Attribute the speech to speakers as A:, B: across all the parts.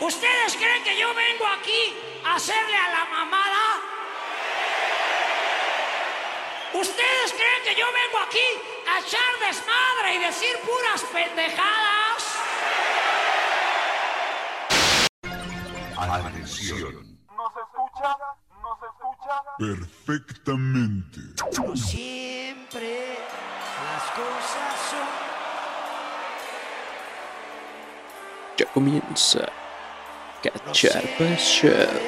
A: ¿Ustedes creen que yo vengo aquí a hacerle a la mamada? ¿Ustedes creen que yo vengo aquí a echar desmadre y decir puras pendejadas?
B: Atención.
C: ¿Nos escucha? ¿Nos escucha?
B: Perfectamente.
A: Siempre las cosas son...
D: Ya comienza Cacharpa Show.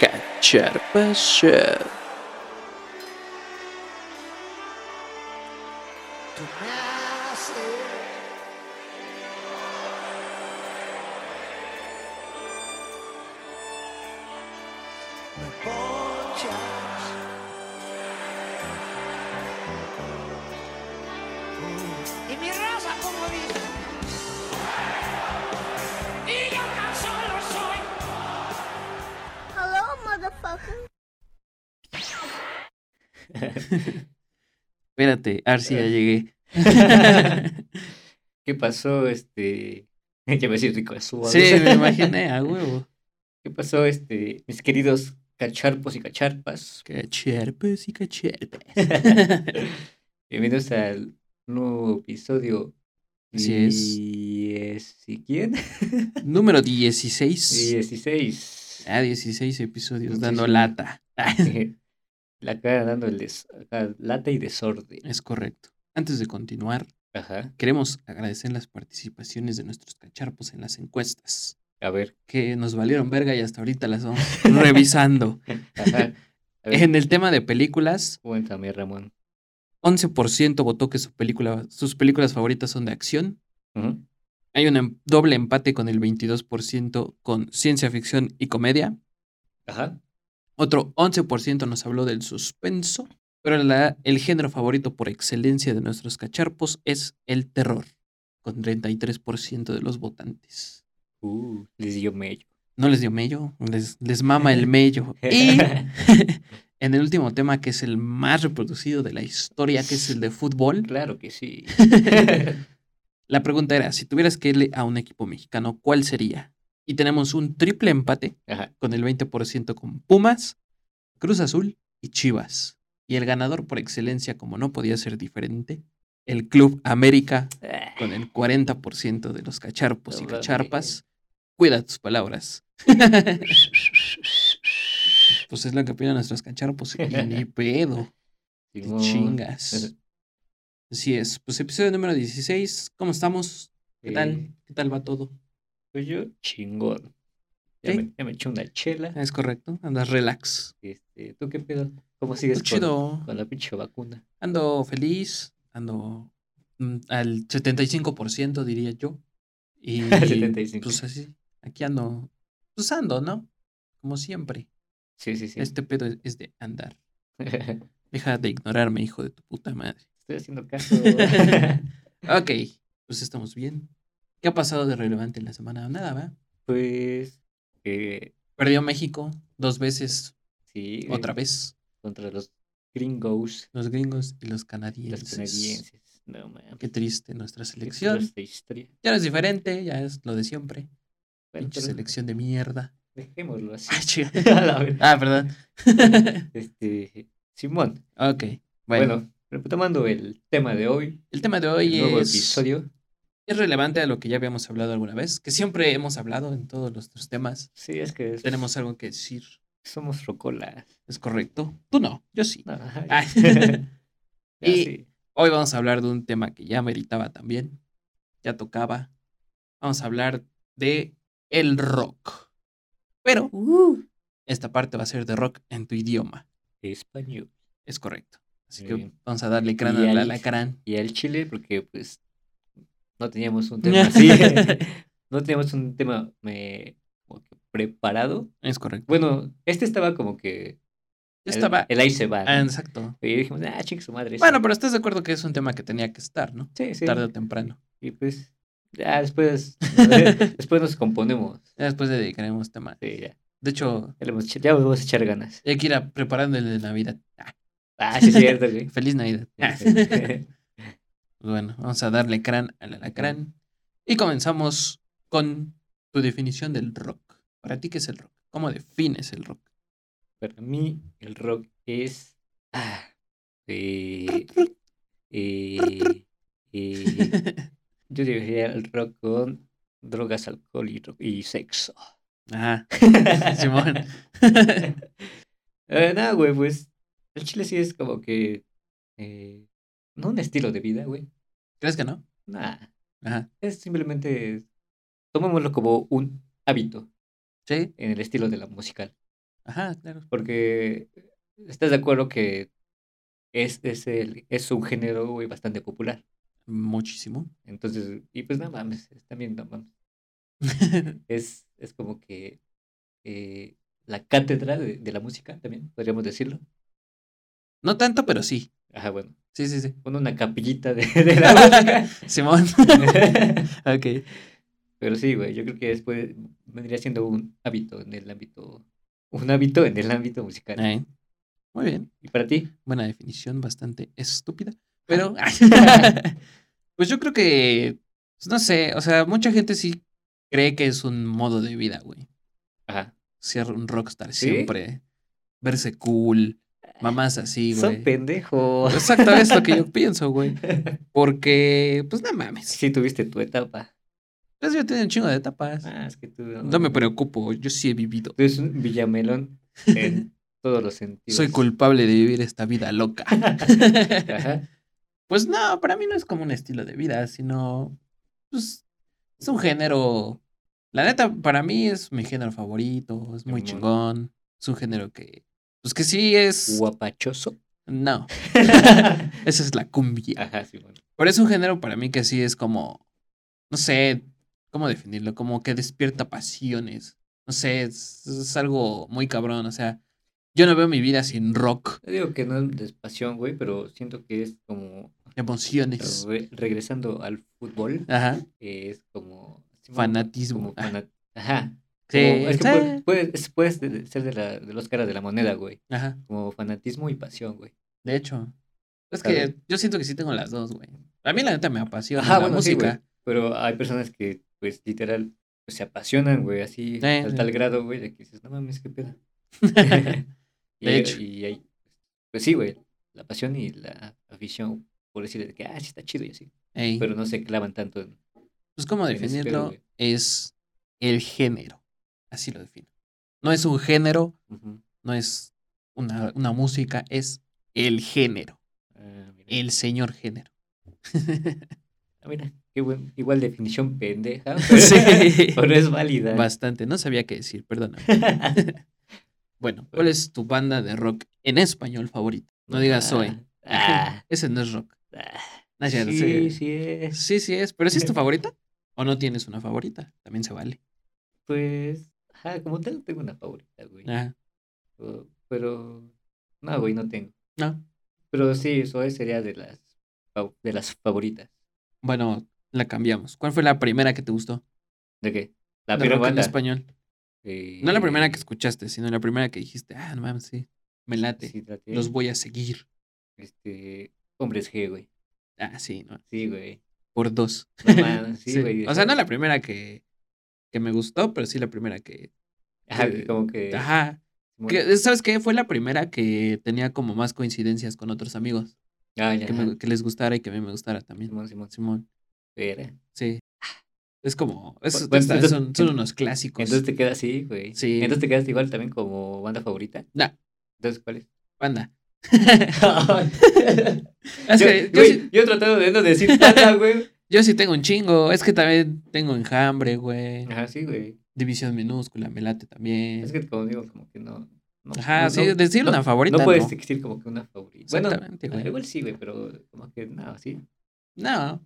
D: Cacharpa Show.
A: Tú naces. Me ponchas. Y mi raza, como dice. Y yo tan solo soy
E: Hello, motherfucker.
F: Espérate, Arsi, ya
G: Eh.
F: llegué.
G: ¿Qué pasó, este? Ya me a decir rico suave.
F: Sí, me imaginé, a huevo.
G: ¿Qué pasó, este, mis queridos cacharpos y cacharpas?
F: Cacharpas y cacharpas.
G: Bienvenidos al nuevo episodio.
F: Así es.
G: Diez- ¿Y quién?
F: Número 16.
G: 16.
F: Ah, 16 episodios,
G: Sí,
F: dando
G: sí.
F: lata.
G: La cara dándoles acá lata y desorden.
F: Es correcto. Antes de continuar,
G: Ajá.
F: queremos agradecer las participaciones de nuestros cacharpos en las encuestas,
G: A ver.
F: que nos valieron verga y hasta ahorita las vamos revisando.
G: Ajá. A ver,
F: En el tema de películas,
G: Cuéntame, Ramón.
F: 11% votó que su película, sus películas favoritas son de acción.
G: Ujú.
F: Hay un em- doble empate con el 22% con ciencia ficción y comedia.
G: Ajá.
F: Otro 11% nos habló del suspenso, pero la- el género favorito por excelencia de nuestros cacharpos es el terror, con 33% de los votantes.
G: Uh, les dio mello.
F: No les dio mello, les, les mama el mello. Y en el último tema, que es el más reproducido de la historia, que es el de fútbol,
G: Claro que sí.
F: la pregunta era, si tuvieras que irle a un equipo mexicano, ¿cuál sería? Y tenemos un triple empate
G: Ajá.
F: con el 20% con Pumas, Cruz Azul y Chivas. Y el ganador por excelencia, como no podía ser diferente, el Club América con el 40% de los cacharpos y
G: Todo
F: cacharpas. Cuida tus palabras. Pues es lo que opinan nuestros cacharpos. Y ni pedo. qué
G: Simón.
F: chingas. Así es. Pues episodio número 16. ¿Cómo estamos? ¿Qué
G: Eh,
F: tal? ¿Qué tal va todo?
G: Pues yo, chingón.
F: Sí.
G: Ya,
F: Ah.
G: me, ya me eché una chela.
F: ¿Es correcto? Andas relax. Pues
G: Este, ¿Tú qué pedo? ¿Cómo sigues con,
F: Chido.
G: con la pinche vacuna?
F: Ando feliz, ando mm, al 75% diría yo. Y
G: 75.
F: pues así, aquí ando, pues ando, ¿no? Como siempre.
G: Sí, sí, sí.
F: Este pedo es- es de andar. Deja de ignorarme, hijo de tu puta madre.
G: Estoy haciendo caso.
F: Ok, pues estamos bien. ¿Qué ha pasado de relevante en la semana? Nada, ¿verdad?
G: pues, eh,
F: Perdió México dos veces,
G: sí.
F: otra
G: eh,
F: vez.
G: Contra los gringos,
F: Los gringos y los
G: los
F: canadienses.
G: canadienses. No, mames.
F: Qué triste nuestra
G: qué
F: selección.
G: triste historia.
F: Ya no es diferente, ya es lo de siempre.
G: Bueno,
F: Pinche
G: pero
F: selección de mierda.
G: Dejémoslo así.
F: Ah, chinga.
G: A la ver-
F: Ah, perdón.
G: este, Simón.
F: ok. Bueno,
G: Bueno. retomando el tema de hoy,
F: el tema de hoy
G: el nuevo
F: es,
G: episodio.
F: es relevante a lo que ya habíamos hablado alguna vez, que siempre hemos hablado en todos nuestros temas.
G: Sí, es que es-
F: Tenemos algo que decir.
G: somos rocolas.
F: ¿Es correcto? Tú no, yo sí.
G: No, ay,
F: Ah.
G: ya
F: Y-
G: sí.
F: Hoy vamos a hablar de un tema que ya meritaba también. Ya tocaba. Vamos a hablar de el rock. Pero esta parte va a ser de rock en tu idioma.
G: español.
F: Es correcto. Así
G: Muy
F: que
G: bien.
F: vamos a darle crán
G: Y
F: al
G: al-
F: alacrán.
G: Y al Chile, porque pues no teníamos un tema así. no teníamos un tema eh, como que preparado.
F: Es correcto.
G: Bueno, este estaba como que.
F: Yo
G: el-
F: estaba.
G: El, ahí se va.
F: Ah,
G: ¿no?
F: Exacto.
G: Y dijimos, ah, chingue su madre.
F: Bueno,
G: ese".
F: pero estás de acuerdo que es un tema que tenía que estar, ¿no?
G: Sí, sí.
F: Tarde o temprano.
G: Y pues, ya después. después nos componemos.
F: Ya después le dedicaremos tema.
G: Sí, ya.
F: De hecho,
G: Ya, le hemos- ya vamos a echar ganas.
F: hay que ir a- preparando el de Navidad. Ah,
G: Ah, sí, es cierto, güey.
F: feliz Navidad. Pues Ah.
G: Sí, sí.
F: bueno, vamos a darle crán al alacrán. Y comenzamos con Tu definición del rock. Para ti, ¿qué es el rock? ¿Cómo defines el rock?
G: Para mí, el rock es. ah, eh, eh, eh, yo diría el rock con drogas, alcohol y, ro- y sexo.
F: Ajá. Simón.
G: Eh, nada, güey, pues. El chile sí es como que. eh, no un estilo de vida, güey.
F: ¿Crees que no?
G: Nada.
F: Ajá.
G: Es simplemente. Tomémoslo como un hábito
F: Sí.
G: en el estilo de la musical.
F: Ajá, claro.
G: Porque. ¿Estás de acuerdo que es, es, el, es un género, güey, bastante popular?
F: Muchísimo.
G: Entonces, y pues nada mames, es- también no mames. Es, es como que eh, la cátedra de, de la música también, podríamos decirlo.
F: No tanto, pero sí.
G: Ajá, bueno,
F: Sí, sí, sí.
G: bueno, una capillita de, de la música.
F: Simón. ok.
G: Pero sí, güey, yo creo que después vendría siendo un hábito en el ámbito, un hábito en el ámbito musical.
F: Ahí. Muy bien.
G: ¿Y para ti?
F: Buena definición, bastante estúpida. Pero. pues yo creo que. pues No sé. O sea, mucha gente sí cree que es un modo de vida, güey.
G: Ajá.
F: Ser un rockstar
G: ¿Sí?
F: siempre. Verse cool. Mamás así,
G: Son
F: güey.
G: pendejos.
F: Exacto, es lo que yo pienso, güey. Porque, pues no mames.
G: Sí tuviste tu etapa.
F: Pues yo tengo un chingo de etapas.
G: Ah, es que tú...
F: No me preocupo, yo sí he vivido.
G: Tú eres un villamelón en todos los sentidos.
F: Soy culpable de vivir esta vida loca.
G: Ajá.
F: Pues no, para mí no es como un estilo de vida, sino. Pues. Es un género. La neta, para mí es mi género favorito. Es muy
G: Simón.
F: chingón. Es un género que. Pues que sí es.
G: Guapachoso.
F: No, esa es la cumbia.
G: Ajá, sí, bueno.
F: Pero es un género para mí que sí es como. No sé cómo definirlo. Como que despierta pasiones. No sé, es, es algo muy cabrón. O sea, yo no veo mi vida sin rock,
G: Yo digo que no es despasión, güey, pero siento que es como
F: emociones.
G: re- regresando al fútbol,
F: Ajá.
G: eh, es como sí, bueno,
F: Fanatismo. Ah.
G: como fana- Ajá.
F: Sí,
G: Como- es que
F: sí.
G: puede- puede- es- puedes de- ser de, la, de los caras de la moneda, güey.
F: Ajá.
G: Como fanatismo y pasión, güey.
F: De hecho. Es
G: ¿Sabes?
F: que yo siento que sí tengo las dos, güey. A mí la neta me apasiona
G: Ajá,
F: la
G: Ah, bueno, sí, güey.
F: música.
G: Pero hay personas que, pues, literal, pues, se apasionan, güey, así, pues,
F: Sí,
G: al
F: sí.
G: tal grado, güey, de que dices, no mames, qué pedo. y,
F: De hecho.
G: y hay- pues sí, güey, la pasión y la afición, por decir, de que, ah, sí está chido y así.
F: Ey,
G: Pero no se clavan tanto en...
F: pues cómo
G: en ese pedo,
F: definirlo
G: güey.
F: es el género. Así lo defino. No es un género,
G: Ujú.
F: no es una, una música, es el género.
G: Ah, mira.
F: El señor género.
G: Ah, mira, qué buen, igual definición pendeja,
F: Sí.
G: pero, pero es válida.
F: Bastante, no sabía qué decir, perdona. Bueno, ¿cuál es tu banda de rock en español favorita? No digas soy.
G: Ah,
F: Ese no es rock.
G: ah,
F: No es cierto,
G: sí, sí es.
F: Sí, sí es. ¿Pero sí es tu favorita? ¿O no tienes una favorita? También se vale.
G: Pues, ajá, como tal no tengo una favorita, güey.
F: Ah,
G: Pero- Pero, no, güey, no tengo.
F: no.
G: Pero sí, Zoe sería de las, fav- de las favoritas.
F: Bueno, la cambiamos. ¿Cuál fue la primera que te gustó?
G: ¿De qué? La
F: De
G: primera
F: rock en
G: banda.
F: español. No la primera que
G: Eh,
F: escuchaste, sino la primera que dijiste, ah, no mames, sí, me late.
G: sí, traté,
F: Los voy a seguir.
G: Este, hombres G, güey.
F: Ah, sí, no,
G: Sí, güey.
F: por dos.
G: No mames, sí,
F: Sí.
G: güey.
F: O sea, no la primera que, que me gustó, pero sí la primera que...
G: Ajá,
F: que-
G: como que.
F: Ajá.
G: muy-
F: Que, ¿Sabes qué? Fue la primera que tenía como más coincidencias con otros amigos.
G: Ah, ya.
F: Que, me-
G: ajá.
F: que les gustara y que a mí me gustara también.
G: Simón, Simón, Simón.
F: Simón.
G: Verga.
F: Sí. Es como. es-
G: Bueno,
F: está-
G: Pues, entonces-
F: son, son unos clásicos.
G: Entonces te quedas así, güey.
F: Sí.
G: Entonces te quedas igual también como banda favorita.
F: Nah.
G: Entonces, ¿cuál es?
F: Banda.
G: yo,
F: Es que yo,
G: güey,
F: sí,
G: yo he tratado de no decir banda, güey.
F: yo sí tengo un chingo. Es que también tengo enjambre, güey.
G: Ajá, sí, güey.
F: División minúscula, me late también.
G: Ah. Es que como digo, como que no. no-
F: Ajá,
G: no-
F: sí,
G: no-
F: decir
G: no-
F: una favorita.
G: No
F: No
G: puedes decir como que una favorita. Bueno,
F: Exactamente,
G: ah,
F: güey.
G: igual sí, güey, pero como que no, sí,
F: No,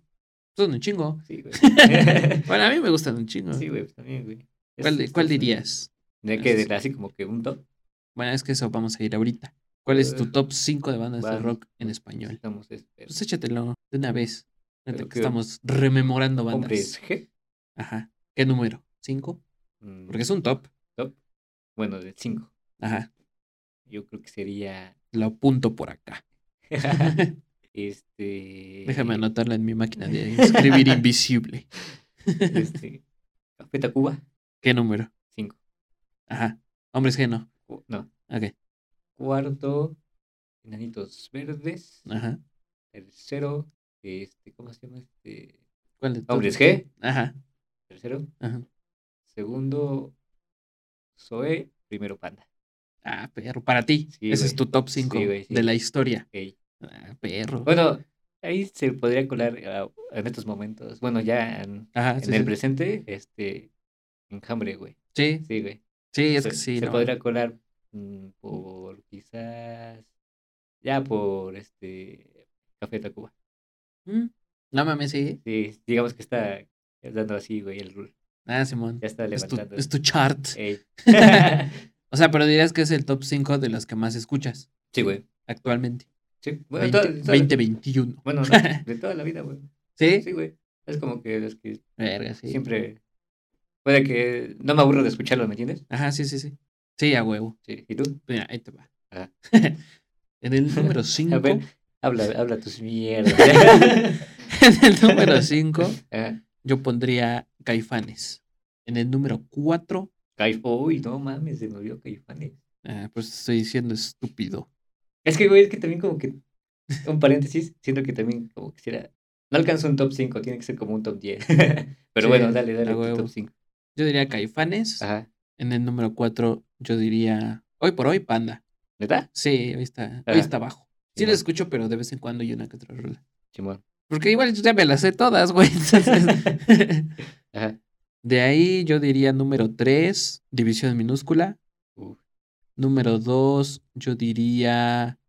F: son un chingo.
G: sí, güey.
F: Bueno, a mí me gustan un chingo.
G: sí, güey, pues también, güey. Es-
F: ¿Cuál, de- cuál
G: es-
F: dirías?
G: De que de- así como que un top.
F: Bueno, es que eso vamos a ir ahorita. ¿Cuál es
G: Eh,
F: tu top 5 de bandas de
G: Bandas.
F: rock en español?
G: Estamos esperando.
F: Pues échatelo de una vez. Fíjate
G: Creo
F: que
G: que-
F: estamos rememorando bandas.
G: Hombres G.
F: Ajá. ¿Qué número? ¿Cinco?
G: Mm,
F: Porque es un top.
G: Bueno, de 5.
F: Ajá.
G: Yo creo que sería.
F: Lo apunto por acá.
G: Este.
F: Déjame anotarla en mi máquina de escribir invisible.
G: Este. Café Tacuba.
F: ¿Qué número?
G: Cinco.
F: Ajá. Hombres G no.
G: Cu- No.
F: Ok.
G: Cuarto, enanitos verdes.
F: Ajá.
G: Tercero, este, ¿cómo se llama? Este,
F: ¿Cuál de todos?
G: hombres G.
F: Ajá.
G: Tercero,
F: Ajá.
G: segundo, Zoe. Primero, Panda.
F: Ah, perro. Para ti.
G: Sí,
F: Ese es
G: güey.
F: tu top 5
G: Sí, güey, sí.
F: de la historia.
G: Ok.
F: Ah, perro.
G: Bueno, ahí se podría colar ah, en estos momentos. Bueno, ya en,
F: Ajá.
G: en
F: Ah, Sí,
G: el
F: sí.
G: presente, este, enjambre, güey.
F: sí.
G: Sí, güey.
F: sí, es
G: se,
F: que sí.
G: se
F: no.
G: podría colar mm, por quizás ya por este Café Tacuba.
F: Mm, No mames, sí.
G: Sí, digamos que está dando así, güey, el rule.
F: Ah, Simón.
G: Ya está
F: Es tu,
G: levantando.
F: es tu chart.
G: Ey.
F: O sea, pero dirías que es el top 5 de los que más escuchas
G: sí, güey.
F: actualmente.
G: Sí. Bueno, toda-
F: 20,
G: toda-
F: 2021.
G: bueno, no, de toda la vida, güey.
F: ¿Sí?
G: Sí, güey. Es como que los que
F: Verga, sí.
G: siempre puede que no me aburro de escucharlo, ¿me entiendes?
F: Ajá, sí, sí, sí. Sí, a huevo.
G: Sí. ¿Y tú?
F: Mira, ahí te va.
G: Ah.
F: en el número 5.
G: A ver, habla, habla tus mierdas. Ah,
F: En el número 5,
G: Ajá.
F: yo pondría Caifanes. En el número 4,
G: Caif- Uy, no mames, se me olvidó Caifanes.
F: pues estoy diciendo estúpido.
G: Es que, güey, es que también como que, un paréntesis, siento que también como quisiera, no alcanzo un top 5, tiene que ser como un top 10.
F: Sí,
G: Pero bueno, dale, dale,
F: a
G: tu
F: huevo.
G: top 5.
F: Yo diría Caifanes.
G: Ajá,
F: En el número 4, yo diría hoy por hoy Panda.
G: ¿neta?
F: Sí, hoy está, hoy
G: Ajá.
F: está bajo. Sí
G: Simón.
F: lo escucho, pero de vez en cuando y una que otra rola.
G: Chimón.
F: Porque igual yo ya me las sé todas, güey. entonces.
G: Ajá.
F: de ahí yo diría número 3, División Minúscula.
G: Uf.
F: Número 2, yo diría.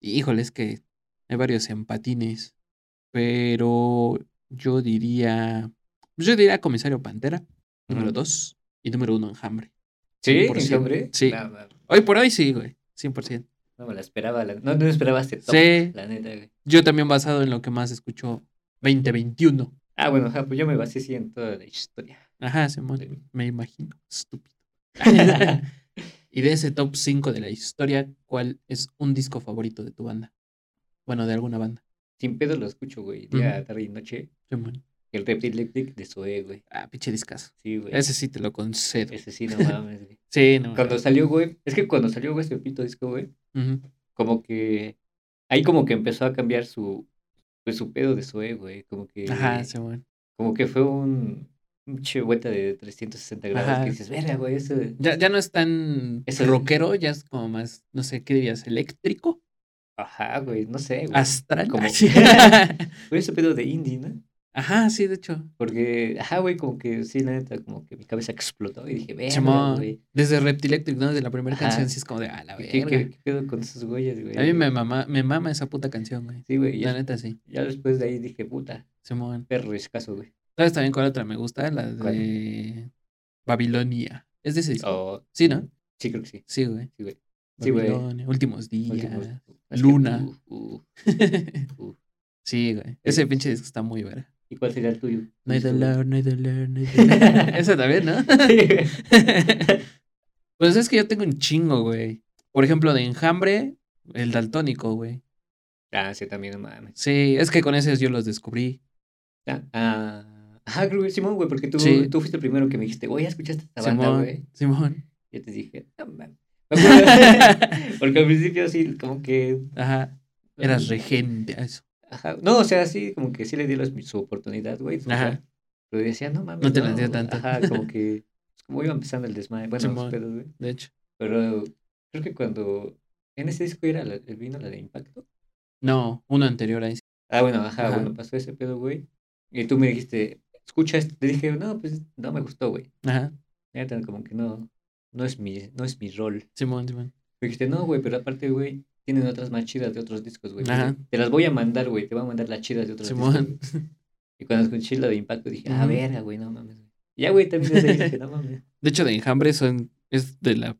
F: Híjole, es que hay varios empatines. Pero yo diría. pues, Yo diría Comisario Pantera, número
G: Ujú.
F: 2. Y número 1, Enjambre.
G: ¿Sí?
F: 100%.
G: ¿Enjambre?
F: Sí.
G: No, no,
F: Hoy por hoy sí, güey. 100%.
G: no me la esperaba, la- no, no esperaba este top,
F: Sí.
G: la neta, güey.
F: Yo también basado en lo que más escucho 2021.
G: Ah, bueno, ajá, pues yo me basé sí en toda la historia.
F: Ajá, Simón.
G: Sí.
F: Me imagino. Estúpido. y de ese top 5 de la historia, ¿cuál es un disco favorito de tu banda? Bueno, de alguna banda.
G: Sin pedo lo escucho, güey, día,
F: Ujú.
G: tarde y noche.
F: Simón.
G: El Reptil Electric de Zoe, güey.
F: Ah, pinche discazo.
G: Sí, güey.
F: Ese sí te lo concedo.
G: Ese sí, no mames, güey.
F: Sí, no.
G: Cuando salió, güey, es que cuando salió, güey, este pito disco, güey,
F: Ujú.
G: como que ahí como que empezó a cambiar su pues su pedo de Zoe, güey, como que
F: Ajá, Simón.
G: como que fue un pinche vuelta de 360 grados
F: Ajá.
G: que dices, "Verga, güey, eso
F: Ya, ya no es tan
G: Ese-
F: rockero, ya es como más, no sé, ¿qué dirías? ¿Eléctrico?
G: ajá, güey, no sé, güey."
F: ¿Astral?
G: como-
F: Sí.
G: Fue ese pedo de indie, ¿no?
F: Ajá, sí, de hecho.
G: Porque ajá, güey, como que sí, la neta, como que mi cabeza explotó y dije, "Verga,
F: Simón.
G: güey."
F: Desde Reptilectric, ¿no? Desde la primera
G: Ajá.
F: canción, sí es como de, ah, la
G: ¿Qué, qué-
F: verga.
G: qué pedo con esos güeyes, güey?
F: A mí me mama, me mama esa puta canción, güey.
G: Sí, güey,
F: La
G: ya,
F: neta, sí.
G: ya después de ahí dije, "Puta,
F: Simón.
G: perro escaso, güey."
F: ¿Sabes también cuál otra me gusta? La
G: ¿Cuál?
F: de Babilonia. Es de ese disco.
G: O-
F: Sí, ¿no?
G: Oh, Sí, creo que sí.
F: Sí, güey.
G: Sí, güey. Sí, güey.
F: Babilonia, Últimos
G: Últimos-
F: días.
G: es que, uh,
F: Luna.
G: uf, uf. Uf. Eh.
F: sí, güey. Ese pinche disco está muy verga.
G: ¿Y cuál sería el tuyo?
F: No hay
G: Listo,
F: dolor, no hay dolor, no hay dolor. Esa también, ¿no?
G: güey.
F: pues es que yo tengo un chingo, güey. Por ejemplo, de Enjambre, el daltónico, güey.
G: ah, sí, también, no mames.
F: Sí, es que con ese yo los descubrí.
G: Ah, ah, ajá, creo que Simón, güey, porque tú,
F: Sí.
G: tú fuiste el primero que me dijiste, güey, ¿ya escuchaste esta banda, güey?
F: Simón, Simón.
G: Yo te dije, no mames. Me acuerdo- Porque al principio sí, como que...
F: Ajá. Eras regente. a Eso.
G: Ajá. No, o sea, sí, como que sí le di la- su oportunidad, güey. pues, o sea,
F: Ajá.
G: Pero decía, no mames.
F: No te la dio
G: güey".
F: tanto.
G: Ajá, como que... pues, Como iba empezando el desmadre. Bueno, los
F: Simón.
G: pedos, güey.
F: De hecho.
G: Pero creo que cuando... En ese disco era la, vino la de Impacto.
F: No, uno anterior a ese.
G: Ah, bueno, ajá,
F: Ajá.
G: bueno, pasó ese pedo, güey. Y tú me dijiste, escucha esto. Te dije, no, pues no me gustó, güey.
F: Ajá.
G: La Neta, como que no, no es mi, no es mi rol.
F: Simón, Simón.
G: Me dijiste, no, güey, pero aparte, güey, tienen otras más chidas de otros discos, güey.
F: Ajá.
G: Te las voy a mandar, güey, te voy a mandar las chidas de otros discos.
F: Simón.
G: güey". Y cuando escuché la de impacto dije, ah,
F: Ujú.
G: verga, güey, no mames, güey. Y Ya, güey, también desde ahí dije, no mames.
F: De hecho, de Enjambre son, es de la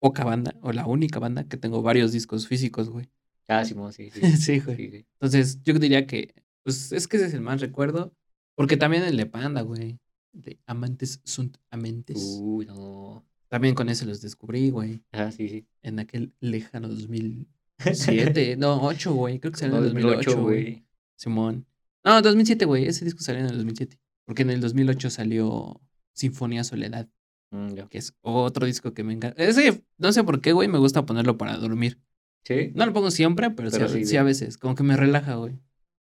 F: poca banda o la única banda que tengo varios discos físicos, güey.
G: Ah, Simón, sí, sí.
F: Sí, güey.
G: sí, sí.
F: Entonces, yo diría que, pues es que ese es el más recuerdo, porque también el de Panda, güey. De Amantes sunt Amentes.
G: Uy, no.
F: También con ese los descubrí, güey.
G: Ah, sí, sí.
F: En aquel lejano 2007, no, 8, güey. Creo que salió en el 2008, güey. Simón. No, 2007, güey. Ese disco salió en el 2007. Porque en el 2008 salió Sinfonía Soledad.
G: Mm, ya.
F: que es otro disco que me encanta. Ese, no sé por qué, güey, me gusta ponerlo para dormir.
G: Sí.
F: No lo pongo siempre, pero, sí
G: Pero
F: a-
G: sí,
F: sí,
G: güey.
F: a veces. Como que me relaja, güey.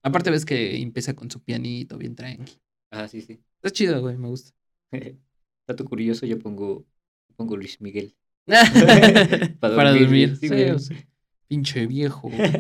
F: Aparte ves que empieza con su pianito bien tranqui.
G: Ah, sí, sí.
F: Está chido, güey, me gusta.
G: Dato curioso, yo pongo, pongo Luis Miguel.
F: para, dormir.
G: dormir,
F: Sí,
G: sí, güey.
F: o sea, pinche viejo. güey.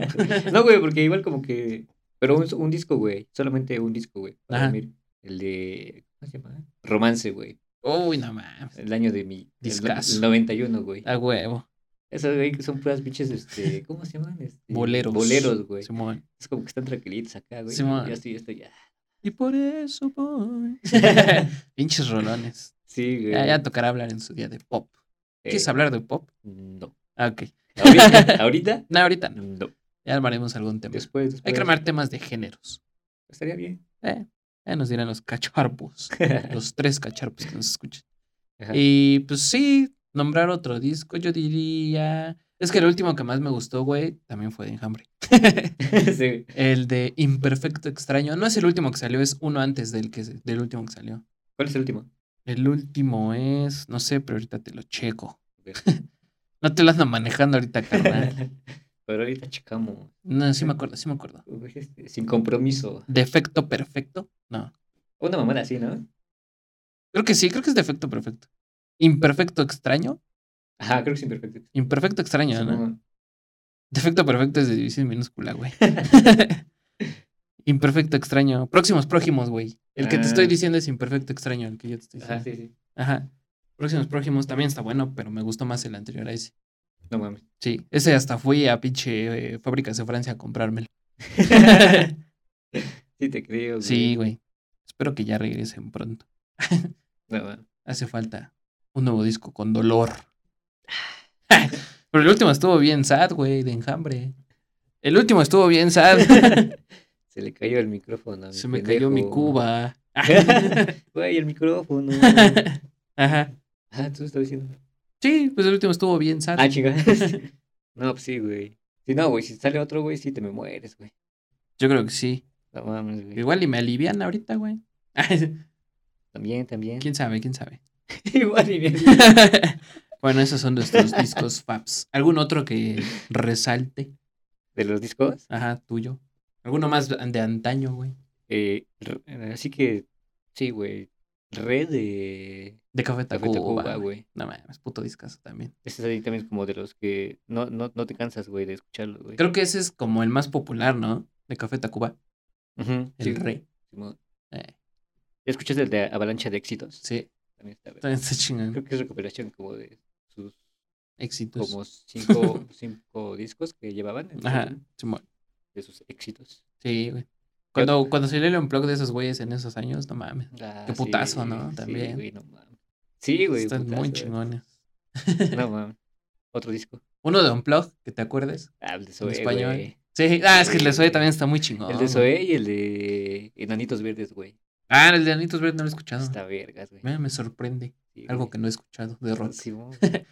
G: no, güey, porque igual como que. Pero un, un disco, güey. Solamente un disco, güey. Para
F: Ajá.
G: dormir. El de. ¿Cómo se llama? Romance, güey.
F: Uy, no mames.
G: El año de mi. el no-
F: Discazo.
G: El 91, güey.
F: A huevo.
G: Esos, güey, que son puras biches, este. ¿Cómo se llaman? Este,
F: Boleros.
G: Boleros, güey.
F: Simón.
G: Es como que están tranquilitos acá, güey.
F: Simón.
G: Ya estoy, ya estoy, ya.
F: Y por eso voy. Pinches rolones.
G: Sí, güey.
F: Ya, ya tocará hablar en su día de pop.
G: Eh,
F: ¿Quieres hablar de pop?
G: No.
F: Ah, ok.
G: Ahorita, ahorita,
F: No, ahorita no.
G: no.
F: Ya armaremos algún tema.
G: Después, después.
F: Hay que armar temas de géneros.
G: Estaría bien.
F: Ya Eh, nos dirán los cacharpos. los tres cacharpos que nos escuchan.
G: Ajá.
F: Y pues sí, nombrar otro disco, yo diría. Es que el último que más me gustó, güey, también fue de Enjambre.
G: sí.
F: El de Imperfecto Extraño. No es el último que salió, es uno antes del, que, del último que salió.
G: ¿Cuál es el último?
F: El último es. No sé, pero ahorita te lo checo.
G: Ok.
F: no te lo ando manejando ahorita, carnal.
G: Pero ahorita checamos.
F: No, sí me acuerdo, sí me acuerdo.
G: Uy, este, Sin compromiso.
F: ¿Defecto perfecto? No.
G: Una mamada así, ¿no?
F: Creo que sí, creo que es defecto perfecto. Imperfecto extraño.
G: Ajá, creo que es imperfecto.
F: Imperfecto extraño, ¿no?
G: Simón.
F: Defecto perfecto es de división minúscula, güey. imperfecto extraño. Próximos prójimos, güey. El que te estoy
G: Ah.
F: diciendo es imperfecto extraño, el que yo te estoy
G: Ajá,
F: diciendo.
G: sí, sí.
F: Ajá. Próximos prójimos también está bueno, pero me gustó más el anterior a ese.
G: No mames.
F: Sí, ese hasta fui a pinche eh, fábricas de Francia a comprármelo.
G: Sí, te creo.
F: sí, güey. Espero que ya regresen pronto.
G: No, mames.
F: Hace falta un nuevo disco con dolor. Pero el último estuvo bien sad, güey, de enjambre. El último estuvo bien sad.
G: Se le cayó el micrófono. a mi
F: Se me cayó mi
G: pendejo.
F: cuba.
G: Güey, el micrófono.
F: Ajá.
G: Ah, tú estás diciendo.
F: Sí, pues el último estuvo bien sad.
G: Ah, chinga. No, pues sí, güey. Si no, güey, si sale otro, güey, sí te me mueres, güey.
F: Yo creo que sí.
G: No mames, güey.
F: Igual y me alivian ahorita, güey.
G: También, también.
F: ¿Quién sabe? ¿Quién sabe?
G: Igual y bien.
F: bueno, esos son nuestros discos Fabs. ¿Algún otro que resalte?
G: ¿De los discos?
F: Ajá, tuyo. ¿Alguno más de antaño, güey?
G: Eh, r- así que, sí, güey. Red de
F: De Café
G: Café Tacuba,
F: Tacuba. güey.
G: güey.
F: No mames, puto discazo también.
G: Ese es ahí también es como de los que no, no, no te cansas, güey, de escucharlo, güey.
F: Creo que ese es como el más popular, ¿no? De Café Tacuba.
G: Ujú,
F: El
G: sí,
F: rey.
G: Simón.
F: Eh.
G: ¿Escuchas el de Avalancha de Éxitos?
F: Sí,
G: También está, güey.
F: también está chingón.
G: Creo que es recuperación como de sus
F: Éxitos.
G: como cinco, cinco discos que llevaban en
F: Ajá,
G: total,
F: Simón.
G: de sus éxitos.
F: Sí, güey. Cuando, cuando salió el unplug de esos güeyes en esos años, no mames.
G: Ah,
F: Qué putazo, ¿no?
G: sí,
F: También.
G: güey, no mames. Sí, güey.
F: Están
G: putazo, eh.
F: muy
G: güey.
F: chingones.
G: No mames. Otro disco.
F: Uno de unplug, que te acuerdes.
G: Ah, el de
F: En
G: Zoe,
F: español.
G: güey.
F: Sí, ah, es que el de
G: Sí,
F: Zoe
G: güey.
F: también está muy chingón.
G: El de
F: güey.
G: Zoe y el de Enanitos Verdes, güey.
F: Ah, el de Anitos Verdes no lo he escuchado.
G: Está vergas, güey.
F: Mira, me sorprende. Ah. Algo que no he escuchado de rock.
G: Simón, güey.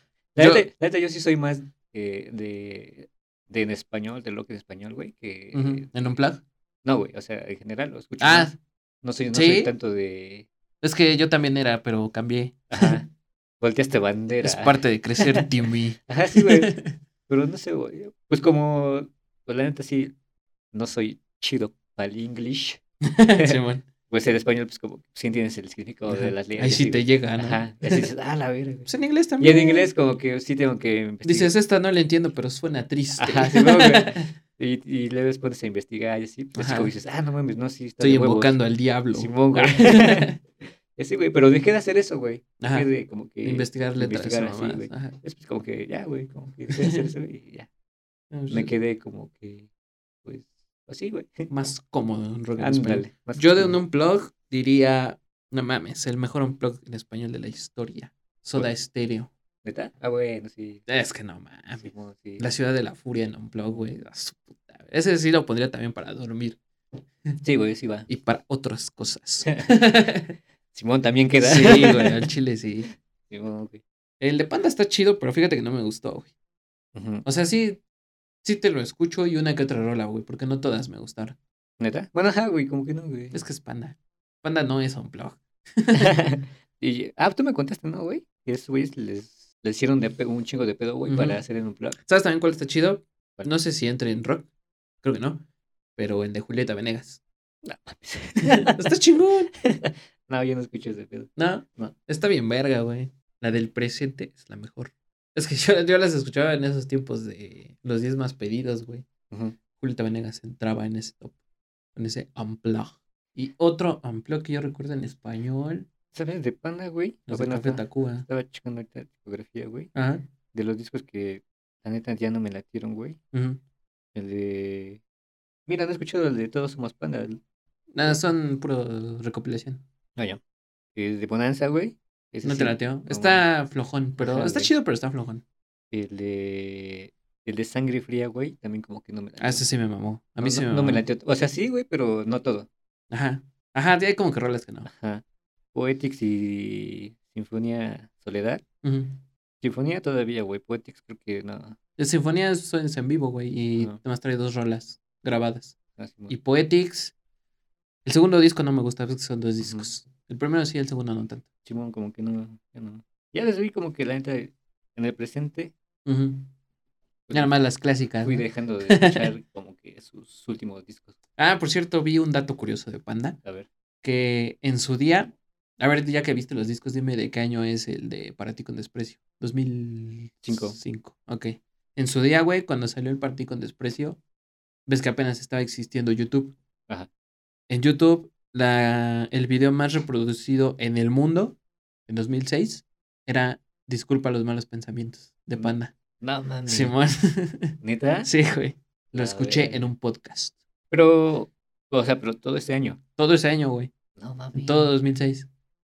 G: La
F: Yo-
G: neta- la neta, yo sí soy más eh, de, de en español, de rock en español, güey, que...
F: Ujú, ¿En un plug?
G: No, güey, o sea, en general lo escucho
F: Ah.
G: más. No soy, no
F: ¿Sí?
G: soy tanto de...
F: Es que yo también era, pero cambié.
G: Ajá, volteaste este bandera.
F: Es parte de crecer, Timmy.
G: Ajá, sí, güey. Pero no sé, güey. Pues como... Pues la neta sí, no soy chido para el English.
F: Simón.
G: Pues en español, pues como, sí entiendes el significado
F: Ajá.
G: de las letras.
F: Ahí
G: y
F: sí
G: así,
F: te
G: güey.
F: llega, ¿no?
G: Ajá, y así dices, ah, la verga. güey.
F: Pues en inglés
G: Y
F: también.
G: en inglés como que sí tengo que investigar.
F: Dices, esta no la entiendo, pero suena triste.
G: Ajá, sí, no, güey. Y, y luego después pones a investigar y así. Pues
F: Ajá.
G: como dices, ah, no mames, no, sí, está
F: Estoy
G: de huevos.
F: invocando al diablo.
G: Simón, güey. Ese, güey, pero dejé de hacer eso, güey.
F: Ajá.
G: Dejé de como que.
F: Investigar letras.
G: investigar así,
F: mamadas.
G: güey.
F: Ajá.
G: Es pues como que, ya, güey, como que dejé de hacer eso y ya. Me quedé como que, pues, así, güey.
F: Más cómodo en rock en español.
G: Ándale. más
F: Yo de un
G: como-
F: unplug diría, no mames, el mejor unplug en español de la historia. Soda
G: ¿Cuál?
F: Stereo.
G: ¿Neta? Ah, bueno, sí.
F: Es que no mames.
G: Simón, sí.
F: La ciudad de la furia en unplug, güey. a su puta- Ese sí lo pondría también para dormir
G: Sí, güey, sí va.
F: y para otras cosas.
G: Simón también queda.
F: Sí, güey, al chile sí.
G: Simón, güey.
F: El de Panda está chido, pero fíjate que no me gustó, güey.
G: Ujú.
F: O sea, sí, sí te lo escucho y una que otra rola, güey, porque no todas me gustaron.
G: ¿Neta? Bueno, ajá, güey, como que no, güey.
F: Es que es Panda. Panda no es unplug.
G: Y- ah, tú me contaste, ¿no, güey? esos güeyes les, les hicieron de pe- un chingo de pedo, güey,
F: Ujú.
G: para hacer en un plug.
F: ¿Sabes también cuál está chido?
G: ¿Cuál?
F: No sé si entra en rock, creo que no, pero en de Julieta Venegas. está chingón.
G: No, yo no escucho ese pedo.
F: No,
G: No.
F: está bien verga, güey. La del presente es la mejor. Es que yo, yo las escuchaba en esos tiempos de los 10 más pedidos, güey.
G: Ujú.
F: Julieta Venegas entraba en ese top, en ese unplug. Y otro unplug que yo recuerdo en español,
G: ¿Sabes de Panda, güey?
F: los de
G: Apenas
F: Café
G: estaba,
F: Tacuba.
G: estaba checando ahorita la tipografía, güey.
F: Ajá.
G: De los discos que la neta ya no me latieron, güey.
F: ujú.
G: El de. Mira, no he escuchado el de Todos Somos Panda. el-
F: Nada, son puro recopilación.
G: No, ya. El de Bonanza, güey.
F: Ah,
G: ese
F: No
G: sí.
F: te lateo.
G: no,
F: Está flojón, pero
G: Ajá,
F: está
G: güey.
F: chido, pero está flojón.
G: El de. El de Sangre Fría, güey. También como que no me latió.
F: Ah, ese sí me mamó. A mí
G: no,
F: sí
G: no-
F: me
G: no
F: mamó.
G: me latió. O sea, sí, güey, pero no todo.
F: Ajá. Ajá, hay como que rolas que no.
G: Ajá. Poetics y Sinfonía Soledad.
F: Ujú.
G: Sinfonía todavía, güey. Poetics creo que no.
F: La sinfonía es es en vivo, güey, y
G: Ajá.
F: además trae dos rolas grabadas.
G: no, Simón.
F: Y Poetics. El segundo disco no me gusta, porque son dos discos. El primero sí, el segundo no tanto.
G: Simón como que no. Ya, no. ya les vi como que la neta en el presente pues,
F: Ujú. Ya nada más las clásicas.
G: fui
F: ¿no?
G: dejando de escuchar como que sus últimos discos.
F: Ah, por cierto, vi un dato curioso de Panda,
G: A ver.
F: que en su día, a ver, ya que viste los discos, dime de qué año es el de Para ti con desprecio. 2005. Ok. En su día, güey, cuando salió el Para ti con desprecio, ves que apenas estaba existiendo YouTube.
G: Ajá.
F: En YouTube, la, el video más reproducido en el mundo, en 2006, era Disculpa los malos pensamientos, de
G: Mm, ¿Ah?
F: Panda.
G: No mames.
F: Simón.
G: ¿Neta?
F: sí, güey. Lo
G: La
F: escuché en
G: verga.
F: un podcast.
G: Pero, o sea, pero todo este año.
F: Todo ese año, güey.
G: No
F: En
G: mames.
F: todo 2006.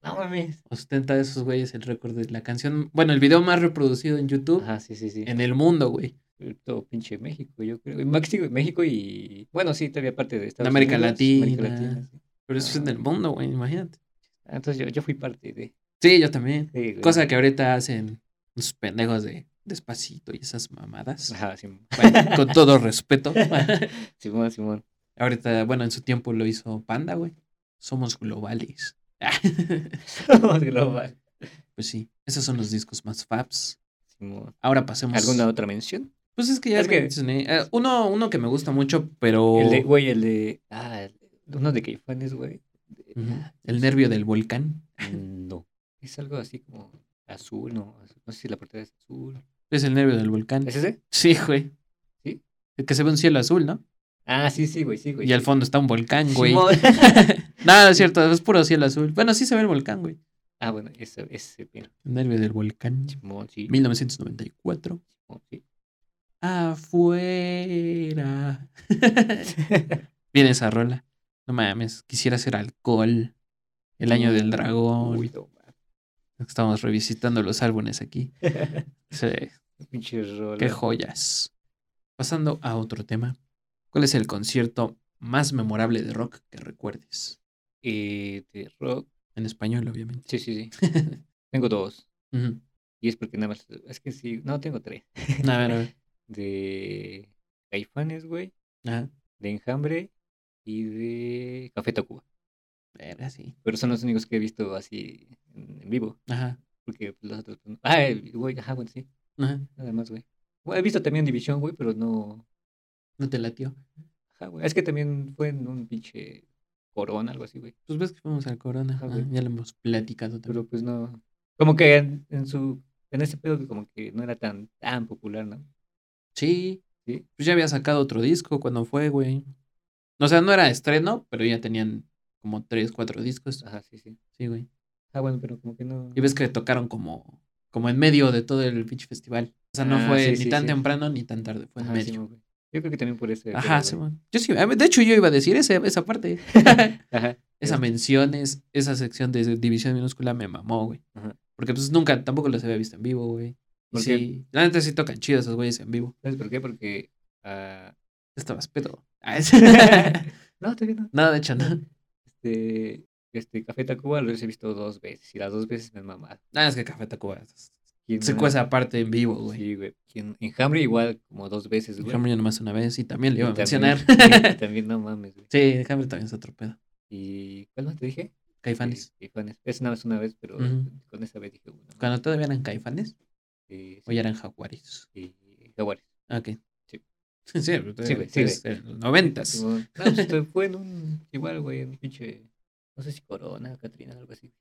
G: No mames.
F: ostenta de esos güeyes el récord de la canción. Bueno, el video más reproducido en YouTube
G: Ajá, sí, sí, sí.
F: en el mundo, güey.
G: Todo pinche México, yo creo. México, México y. Bueno, sí, todavía parte de Estados
F: América
G: Unidos,
F: Latina.
G: sí.
F: Pero eso es en
G: Ah.
F: el mundo, güey, imagínate.
G: Ah, Entonces yo, yo fui parte de.
F: Sí, yo también.
G: sí, güey.
F: Cosa que ahorita hacen los pendejos de despacito y esas mamadas.
G: Ajá, Simón.
F: Bueno, con todo respeto.
G: Simón, Simón.
F: ahorita, bueno, en su tiempo lo hizo Panda, güey. Somos globales.
G: Somos global.
F: pues sí, esos son los discos más fabs.
G: Simón.
F: Ahora pasemos.
G: ¿Alguna otra mención?
F: Pues es que ya
G: Es que-
F: mencioné. Eh, uno, uno que me gusta mucho, pero.
G: El de, güey, el de. Ah, el- uno de Caifanes, güey. De-
F: Ujú,
G: ah,
F: el nervio del volcán.
G: No. Es algo así como azul, no. azul- No sé si la portada es azul.
F: Es el nervio del volcán.
G: ¿Es ese?
F: Sí, güey.
G: ¿Sí?
F: El que se ve un cielo azul, ¿no?
G: Ah, sí, sí, güey, sí, güey.
F: Y al
G: sí.
F: fondo está un volcán, güey.
G: Simón.
F: Nada, no es cierto, es puro cielo azul. Bueno, sí se ve el volcán, güey.
G: ah, bueno, ese, ese, mira.
F: El nervio del volcán.
G: Simón, sí.
F: 1994.
G: Simón, sí.
F: Afuera. Viene esa rola. No mames, quisiera ser alcohol. El año del dragón.
G: Mm. Uy, no, mames.
F: Estamos revisitando los álbumes aquí. Sí,
G: Pinche rola.
F: qué joyas. Pasando a otro tema. ¿Cuál es el concierto más memorable de rock que recuerdes?
G: Eh, de rock.
F: En español, obviamente.
G: Sí, sí, sí. tengo dos.
F: Ujú.
G: Y es porque nada más. Es que sí. No, tengo tres.
F: A ver, a ver.
G: De Caifanes, güey.
F: Ajá.
G: De Enjambre. Y de Café Tacuba.
F: Verga, sí.
G: Pero son los únicos que he visto así en en vivo.
F: Ajá.
G: Porque pues, los otros. pues, no. Ah, el- güey. Ajá, bueno, sí.
F: Ajá.
G: Nada más, güey. Bueno, he visto también División, güey, pero no.
F: No te latió.
G: Ajá, güey. Es que también fue en un pinche corona, algo así, güey.
F: Pues ves que fuimos al corona.
G: Ah,
F: ah,
G: güey.
F: ya lo hemos platicado también.
G: Pero pues no. Como que en, en su. En ese pedo que como que no era tan tan popular, ¿no?
F: Sí.
G: Sí.
F: Pues ya había sacado otro disco cuando fue, güey. O sea, no era estreno, pero ya tenían como tres, cuatro discos.
G: Ajá, sí, sí.
F: Sí, güey.
G: Ah, bueno, pero como que no.
F: Y ves que tocaron como, como en medio de todo el pinche festival. O sea, no
G: Ah,
F: fue
G: sí,
F: ni
G: sí,
F: tan
G: sí.
F: temprano ni tan tarde. Fue en
G: Ajá,
F: medio.
G: Simón, güey. yo creo que también por ese.
F: Ajá,
G: pedo, güey.
F: Simón. Yo sí, a ver, de hecho yo iba a decir ese- esa parte.
G: Ajá.
F: esa
G: Este.
F: mención, es, esa sección de división minúscula me mamó, güey.
G: Ajá.
F: Porque pues nunca, tampoco los había visto en vivo, güey. Y
G: ¿Por qué?
F: sí, la neta sí tocan chidos esos güeyes en vivo.
G: ¿Sabes por qué? Porque. ah,
F: Estabas pedo. Ah, es-
G: no, todavía no.
F: no, de hecho, no.
G: Este. Este Café Tacuba los he visto dos veces y las dos veces me han mamado.
F: Nada, Ah, es que Café Tacuba es-
G: Y en
F: se
G: una-
F: cuece aparte en vivo, güey.
G: Sí, pues, güey. Y en Enjambre igual como dos veces, güey.
F: Hammer yo nomás una vez y también le iba a
G: Y también-
F: mencionar.
G: y también no mames, güey.
F: sí, Hammer también es otro pedo.
G: ¿Y cuál más te dije?
F: Caifanes.
G: Caifanes. Es nada más una vez, pero
F: Ujú.
G: con esa vez dije uno.
F: Cuando todavía eran caifanes
G: Eh,
F: o ya eran jaguares.
G: y Jaguares.
F: Ok.
G: Sí.
F: Sí, sí,
G: güey, sí,
F: sí. Noventas.
G: Simón. No, pues, esto fue en un. Igual, güey, en pinche. No sé si Corona, Catrina, algo así.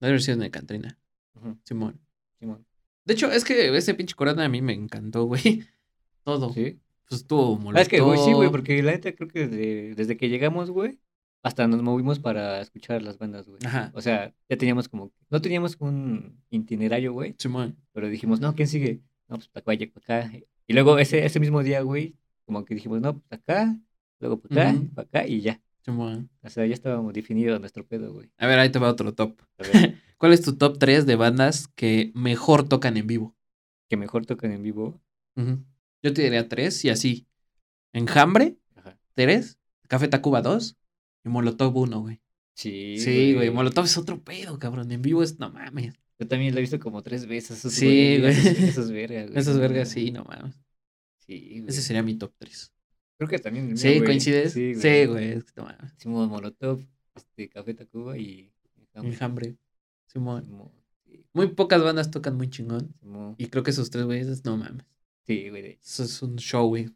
F: La versión de Catrina.
G: Ujú,
F: Simón.
G: Simón.
F: De hecho, es que ese pinche corona a mí me encantó, güey. Todo.
G: Sí.
F: Pues tuvo
G: Ah,
F: molotov.
G: es que, güey, sí, güey, porque la neta creo que desde, desde que llegamos, güey, hasta nos movimos para escuchar las bandas, güey.
F: Ajá.
G: O sea, ya teníamos como. No teníamos un itinerario, güey,
F: Simón.
G: pero dijimos, no, ¿quién sigue? No, pues Tlacuaya, para acá. Y luego ese, ese mismo día, güey, como que dijimos, no, pues acá, luego para acá,
F: Ujú.
G: para acá y ya.
F: Simón.
G: O sea, ya estábamos definidos nuestro pedo, güey.
F: A ver, ahí te va otro top.
G: A ver,
F: ¿Cuál es tu top 3 de bandas que mejor tocan en vivo?
G: que mejor tocan en vivo.
F: Ujú. Yo te diría 3 y así. Enjambre,
G: Ajá.
F: 3. Café Tacuba 2. Y Molotov 1, güey.
G: Sí,
F: Sí, güey. Molotov es otro pedo, cabrón. En vivo es, no mames.
G: Yo también lo he visto como tres veces. Esos
F: Sí,
G: güeyes,
F: güey.
G: Esos, esos vergas, güey.
F: Esas
G: No
F: vergas,
G: mames.
F: sí, no mames.
G: Sí, güey.
F: Ese sería mi top 3.
G: Creo que también. el mío,
F: Sí,
G: güey.
F: coincides.
G: Sí, güey.
F: Sí, güey. es que no mames.
G: Hicimos Molotov, este, Café Tacuba y.
F: Enjambre. Simón.
G: Simón, sí,
F: Muy pocas bandas tocan muy chingón.
G: Simón.
F: Y creo que esos tres güeyes, no mames.
G: Sí, güey.
F: Eso es un show, güey.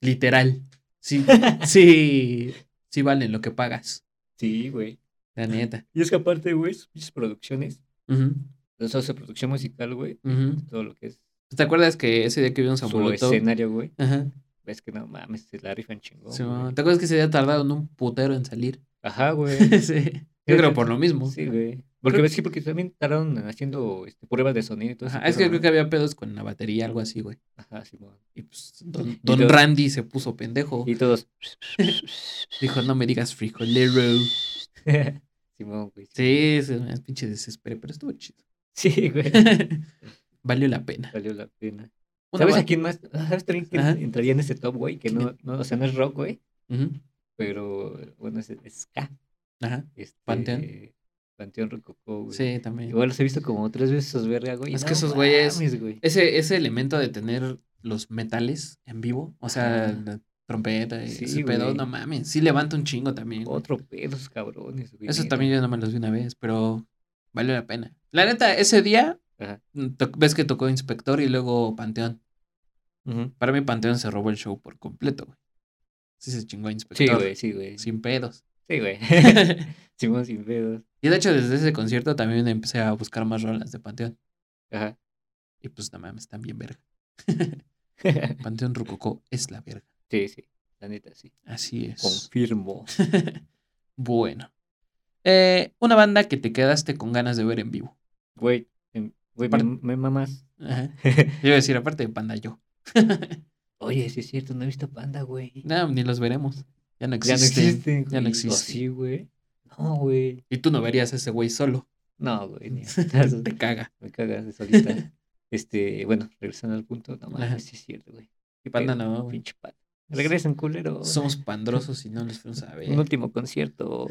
F: Literal. Sí, sí, sí valen lo que pagas.
G: Sí, güey.
F: La neta.
G: Y es que aparte, güey, sus pinches producciones.
F: Ujú,
G: O sea, su producción musical, güey.
F: ujú.
G: Todo lo que es
F: ¿Te acuerdas que ese día que vimos a
G: su
F: Molotov?
G: escenario, güey.
F: Ajá.
G: Es que no mames, se la rifan chingón.
F: sí,
G: Oh, güey.
F: ¿Te acuerdas que ese día tardaron un putero en salir?
G: Ajá, güey.
F: sí. Yo creo por lo mismo.
G: Sí, güey. Porque
F: Creo-
G: ves que porque también tardaron haciendo este, pruebas de sonido y todo
F: Ajá,
G: ese
F: Es que
G: pedo,
F: creo
G: ¿no?
F: que había pedos con la batería, algo así, güey.
G: Ajá, Simón.
F: Y pues Don,
G: Y
F: don
G: luego-
F: Randy se puso pendejo.
G: Y todos.
F: Dijo, no me digas frijolero.
G: Simón, güey.
F: Sí, es un pinche desespero, pero estuvo chido.
G: Sí, güey.
F: Valió la pena.
G: Valió la pena.
F: Una
G: ¿Sabes
F: ba-
G: a quién más? Ah, ¿Sabes también quién
F: Ajá.
G: entraría en ese top, güey? Que no, no, o sea, no es rock, güey.
F: Ujú,
G: Pero bueno, es, es ska.
F: Ajá.
G: Este,
F: Panteón.
G: Panteón Rococó, güey.
F: Sí, también.
G: Igual los he visto como tres veces esos verga, güey.
F: Es que
G: No
F: esos güeyes-
G: mames, güey.
F: Ese, ese elemento de tener los metales en vivo, o sea,
G: Ajá.
F: la trompeta y
G: Sí,
F: ese pedo,
G: güey.
F: no mames. Sí levanta un chingo también. güey.
G: Otro pedo, esos cabrones, güey.
F: Eso
G: neta.
F: también yo no me los vi una vez, pero valió la pena. La neta, ese día
G: Ajá.
F: mm, to- ves que tocó Inspector y luego Panteón.
G: Ujú.
F: Para mí Panteón se robó el show por completo, güey. Sí se chingó
G: Sí,
F: Inspector.
G: güey, sí, güey.
F: Sin pedos.
G: Sí, güey. Simón sin pedos.
F: Y de hecho, desde ese concierto también empecé a buscar más rolas de Panteón.
G: Ajá.
F: Y pues no mames, están bien verga. Panteón Rucocó es la verga.
G: sí, sí. La neta, sí.
F: Así es.
G: Confirmo.
F: Bueno. Eh, una banda que te quedaste con ganas de ver en vivo.
G: Güey, em, güey, me,
F: Aparte-
G: me mamas.
F: Ajá. Yo iba a decir, aparte de Panda, yo.
G: Oye, sí es cierto, no he visto panda, güey.
F: No, ni los veremos. Ya no
G: ya no
F: existen.
G: existen.
F: ya no
G: güey.
F: existen.
G: O Sí, güey. No, güey.
F: Y tú no verías a ese güey solo.
G: No, güey. ni a putazos.
F: te caga.
G: me cagas de solita. Este, bueno, regresando al punto, no
F: Ajá.
G: mames, sí es cierto, güey. Qué
F: Panda
G: pedo,
F: no, güey.
G: Pinche panda. Regresen, culero.
F: Somos pandrosos y no les fuimos a
G: Un
F: ver.
G: último concierto.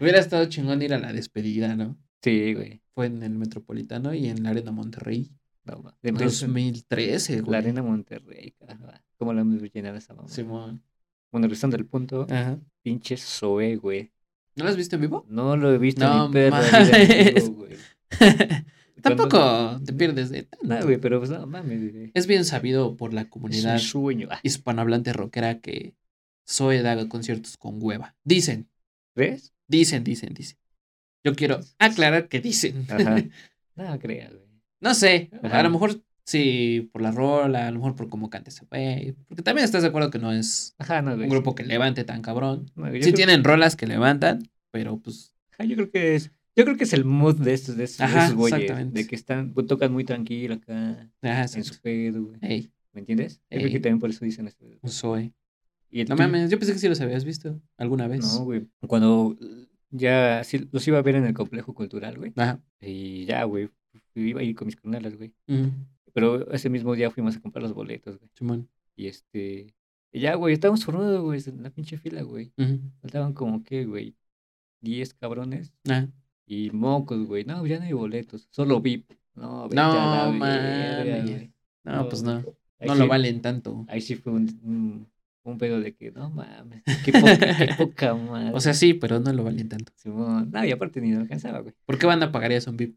F: Hubiera estado chingón ir a la despedida, ¿no?
G: sí, güey.
F: Fue en el Metropolitano y en la Arena Monterrey.
G: No, ma- de más,
F: 2013, güey.
G: La Arena Monterrey, caramba. ¿Cómo la hemos llenado esa mamá?
F: Simón.
G: Bueno, regresando al punto,
F: Ajá.
G: pinche Zoe, güey.
F: ¿No las viste en vivo?
G: No lo he visto
F: No
G: en mi perra vida en vivo, güey. Cuando-
F: Tampoco te pierdes de
G: No,
F: tanto.
G: güey, pero pues no mames, güey.
F: Es bien sabido por la
G: Es un
F: comunidad
G: sueño. Ah,
F: hispanohablante rockera que Zoe da conciertos con hueva. Dicen,
G: ¿Crees?
F: dicen, dicen, dicen. Yo quiero aclarar que dicen.
G: Ajá. No creas, güey.
F: no sé, a
G: Ajá.
F: lo mejor sí por la rola, a lo mejor por cómo canta ese güey. Porque también estás de acuerdo que no es
G: Ajá, no, güey.
F: un grupo que levante tan cabrón.
G: No, güey, yo
F: Sí
G: creo-
F: tienen rolas que levantan, pero pues
G: Ajá, yo creo que es. Yo creo que es el mood de estos, de estos, de
F: Ajá,
G: esos güeyes.
F: exactamente.
G: De que están, pues, tocan muy tranquilo acá,
F: ajá,
G: en
F: exacto.
G: su pedo, güey.
F: Ey,
G: ¿Me entiendes? Yo creo
F: Ey.
G: que también por eso dicen esto.
F: un Zoe.
G: Y el
F: No
G: tuyo-
F: mames, yo pensé que sí los habías visto alguna vez.
G: No, güey. Cuando ya sí, los iba a ver en el complejo cultural, güey.
F: Ajá.
G: Y ya, güey. Iba a ir con mis carnalas, güey.
F: Ujú,
G: Pero ese mismo día fuimos a comprar los boletos, güey.
F: Simón.
G: Y este. y ya, güey, estábamos formados, güey, en la pinche fila, güey.
F: Ujú,
G: Faltaban como que, güey, 10 cabrones
F: ajá.
G: y mocos, güey. No, ya no hay boletos, solo VIP. No, vete a
F: No,
G: la verga,
F: mames.
G: güey.
F: No, pues no.
G: Ahí
F: No lo
G: sí-
F: valen tanto.
G: Ahí sí fue un, un- un pedo de que no mames, qué poca, qué poca madre.
F: O sea, sí, pero no lo valían tanto.
G: Simón. No, y aparte ni lo alcanzaba, güey.
F: ¿Por qué banda pagaría a Zombie?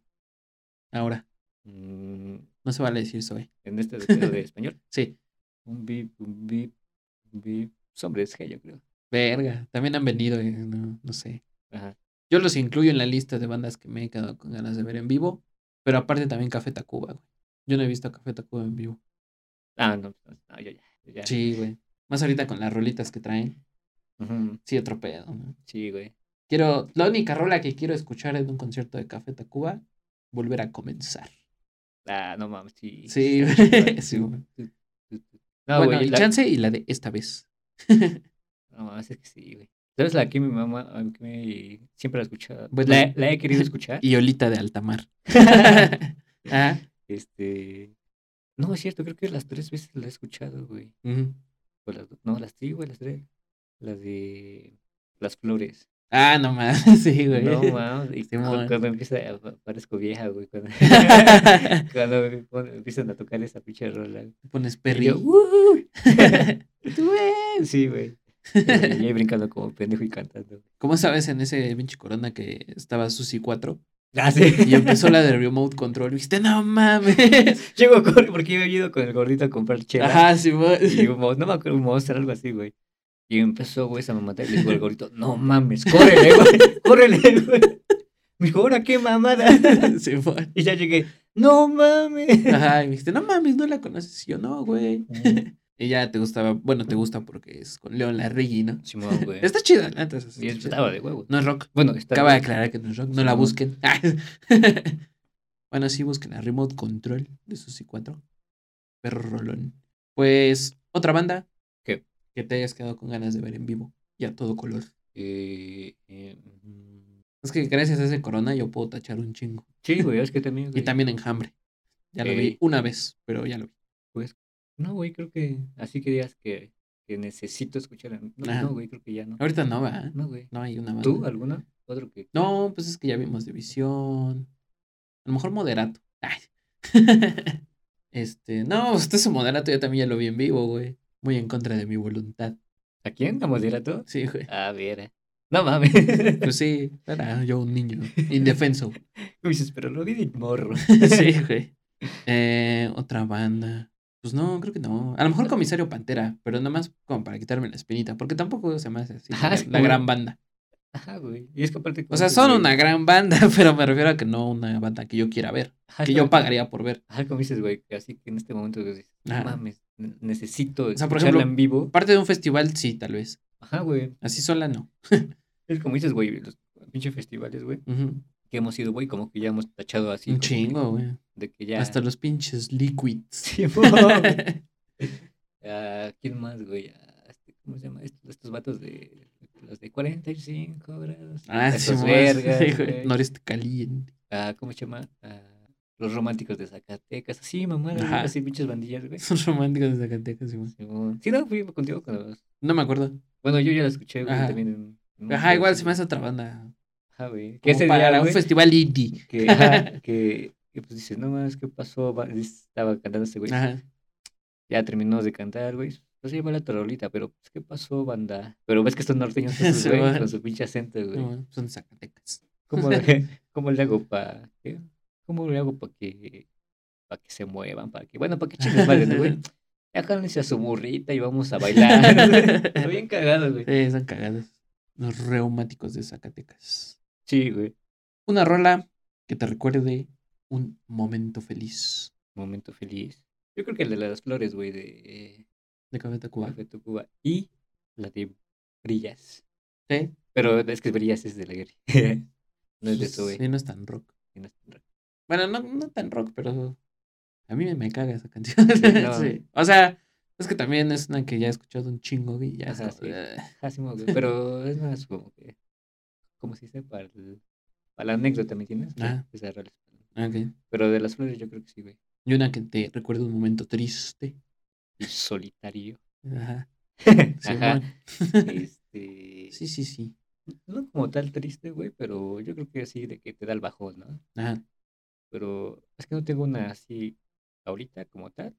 F: Ahora,
G: Mm,
F: no se vale decir soy.
G: en este pedo de español.
F: Sí,
G: Un bip, un bip, un bip. Hombre, es que yo creo.
F: verga. También han venido, eh, no, no sé.
G: Ajá.
F: Yo los incluyo en la lista de bandas que me he quedado con ganas de ver en vivo. Pero aparte también Café Tacuba, güey. Yo no he visto a Café Tacuba en vivo.
G: Ah, no, no, no, yo ya. yo ya.
F: Mm. Sí, güey. Más ahorita con las rolitas que traen.
G: Ujú,
F: Sí, otro pedo, ¿no?
G: Sí, güey.
F: Quiero, la única rola que quiero escuchar en un concierto de Café Tacuba, volver a comenzar.
G: Ah, no mames, sí.
F: Sí,
G: güey.
F: sí, güey.
G: No,
F: bueno,
G: Ah, güey,
F: el
G: la-
F: chance y la de esta vez.
G: No mames, es que sí, güey. ¿Sabes la que mi mamá a mí que me- siempre la escucha?
F: Bueno.
G: la, la he querido escuchar.
F: Pues Y Olita de Altamar. ah,
G: Este. No, es cierto, creo que las tres veces la he escuchado, güey.
F: ujú.
G: O las do- no, las sí, güey, las tres. Las de las flores.
F: Ah, no mames, sí, güey.
G: No, mames. Y
F: Sí,
G: cu-
F: mo-
G: cuando empieza, pa- parezco vieja, güey. Cuando, cuando me pon- empiezan a tocar esa pinche rola. güey.
F: Te pones
G: Y yo,
F: perrillo.
G: "Ujú". Sí, güey. Y ahí brincando como pendejo y cantando.
F: ¿Cómo sabes en ese pinche corona que estaba Susi 4?
G: Ah, sí.
F: Y empezó la de Remote Control. Y dijiste, no mames.
G: Llego con, porque yo he ido con el gordito a comprar chela.
F: Ajá, sí, güey.
G: Y un mon- no me acuerdo, un monster, algo así, güey. Y empezó, güey, esa mamada y le dijo el gorrito, no mames, córrele, güey, córrele, güey. Me dijo, ahora qué mamada.
F: Sí, güey.
G: Y ya llegué, no mames.
F: Ajá, y me dijiste, no mames, no la conoces. Y yo, no, güey. Y ya te gustaba, bueno, te gusta porque es con León Larregui, ¿no?
G: Simón, güey.
F: Está chida, la neta,
G: Y
F: está chida.
G: estaba de huevo.
F: No es rock.
G: Bueno, está
F: Acaba de
G: bien.
F: aclarar que no es rock, no la
G: Simón.
F: busquen. Ah. bueno, sí, busquen la Remote Control de Susi 4. Perro Rolón. Pues, otra banda.
G: ¿Qué?
F: Que te hayas quedado con ganas de ver en vivo y a todo color.
G: Eh, eh, mm,
F: Es que gracias a ese corona yo puedo tachar un chingo.
G: sí, güey, es que también,
F: Y
G: güey.
F: también enjambre. Ya lo
G: Ey.
F: vi una vez, pero ya lo vi.
G: No, güey, creo que, así que digas que, que necesito escuchar. a- No,
F: Ajá.
G: no, güey, creo que ya no.
F: Ahorita no va. ¿eh?
G: No, güey.
F: No hay una banda.
G: ¿Tú, alguna? ¿Otro que?
F: No, pues es que ya vimos División. A lo mejor Moderato. Ay. este, no, usted su Moderato yo también ya lo vi en vivo, güey. Muy en contra de mi voluntad.
G: ¿A quién? ¿A Moderato?
F: Sí, güey.
G: A ver, eh. no mames.
F: Pues sí, era yo un niño indefenso.
G: Me dices, pero lo vi de morro.
F: sí, güey. Eh, otra banda. Pues no, creo que no. A lo mejor Comisario Pantera, pero nada más como para quitarme la espinita, porque tampoco se me hace así.
G: Ajá,
F: la-
G: es
F: la
G: como-
F: gran banda.
G: Ajá, güey. Y es que aparte.
F: O sea, son una gran banda, pero me refiero a que no una banda que yo quiera ver, que yo pagaría por ver.
G: Ajá, como dices, güey. que Así que en este momento güey, dices, no
F: Ajá.
G: mames, ne- necesito
F: sea, por
G: escucharla
F: ejemplo-
G: en vivo.
F: Parte de un festival, sí, tal vez.
G: Ajá, güey.
F: Así sola no.
G: Es como dices, güey, los pinches festivales, güey,
F: Ujú.
G: que hemos ido, güey, como que ya hemos tachado así.
F: un
G: como que-
F: chingo, güey.
G: De que ya.
F: Hasta los pinches liquids.
G: Sí, mames. Ah, ¿Quién más, güey? Ah, este, ¿Cómo se llama? Estos, estos vatos de. Los de 45 grados.
F: ah, sí,
G: Estos
F: más.
G: vergas,
F: Sí, güey.
G: güey.
F: Noreste caliente.
G: ah, ¿cómo se llama? Ah, los románticos de Zacatecas, así, mamá,
F: Ajá.
G: así pinches bandillas, güey.
F: Son románticos de Zacatecas, sí, güey.
G: Simón. Sí, no, fui contigo con los...
F: No me acuerdo.
G: Bueno, yo ya la escuché, güey,
F: Ajá.
G: también en... en un
F: Ajá, igual
G: video,
F: se me hace otra banda.
G: Ajá, güey. Que
F: Como
G: ese
F: para
G: día,
F: un
G: güey,
F: festival indie.
G: que, ajá, que, que pues dices, no más, ¿qué pasó? Va- Estaba cantando ese güey.
F: Ajá.
G: Ya terminó de cantar, güey. No se llama la torolita, pero pues, ¿qué pasó, banda? Pero ves que estos norteños esos,
F: Sí,
G: güey,
F: man.
G: con su pinche acento, güey.
F: No, son de Zacatecas.
G: ¿Cómo le, cómo le hago para qué? ¿Cómo le hago para que, para que se muevan? Para que, bueno, para que chicas vayan, güey. Ya cálmense a su burrita y vamos a bailar. Pero bien cagado, güey.
F: Sí, Eh, son cagados. Los reumáticos de Zacatecas.
G: Sí, güey.
F: Una rola que te recuerde un momento feliz
G: Momento feliz. Yo creo que el de las flores, güey, de
F: de Café Tacuba.
G: Café Cuba. Y la de Brillas.
F: Sí. Mm.
G: Pero es que Brillas es de la guerra. no es de eso, güey.
F: Sí, no es tan rock.
G: No es tan raro.
F: Bueno, no, no tan rock, pero a mí me, me caga esa canción.
G: Sí, no.
F: Sí. O sea, es que también es una que ya he escuchado un chingo y ya es
G: Ajá,
F: como,
G: sí.
F: "Ugh".
G: Ajá, sí, güey, Pero es más como que. Como si dice para, el- para la anécdota, ¿me entiendes?
F: Ajá.
G: Esa rola es-
F: "Ah, Ok.
G: Pero de las flores yo creo que sí, güey.
F: Y una que te recuerda un momento triste.
G: El solitario.
F: Ajá.
G: Ajá.
F: Simón.
G: Este,
F: Sí, sí, sí.
G: No como tal triste, güey, pero yo creo que así de que te da el bajón, ¿no?
F: Ajá.
G: Pero es que no tengo una así ahorita como tal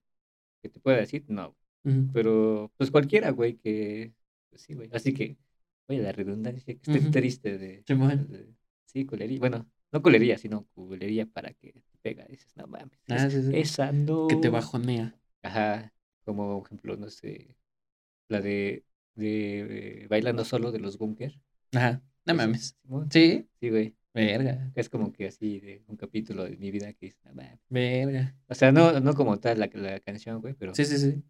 G: que te pueda decir, no.
F: Ujú.
G: Pero, pues cualquiera, güey, que. pues sí, güey. Así que, oye, la redundancia, que estoy
F: Ujú.
G: triste de.
F: Simón.
G: de- Sí, culería. Bueno, no culería, sino culería para que te pega. Dices, no mames.
F: Ah, sí, sí.
G: Esa no.
F: Que te bajonea.
G: Ajá. Como ejemplo, no sé. La de. de eh, Bailando solo de los Bunker.
F: Ajá. No
G: Esa,
F: mames.
G: Simón.
F: Sí.
G: Sí, güey.
F: Verga.
G: Es como que así de un capítulo de mi vida que dices, no mames.
F: Verga.
G: O sea, no, no como tal la, la canción, güey, pero.
F: Sí, sí, sí.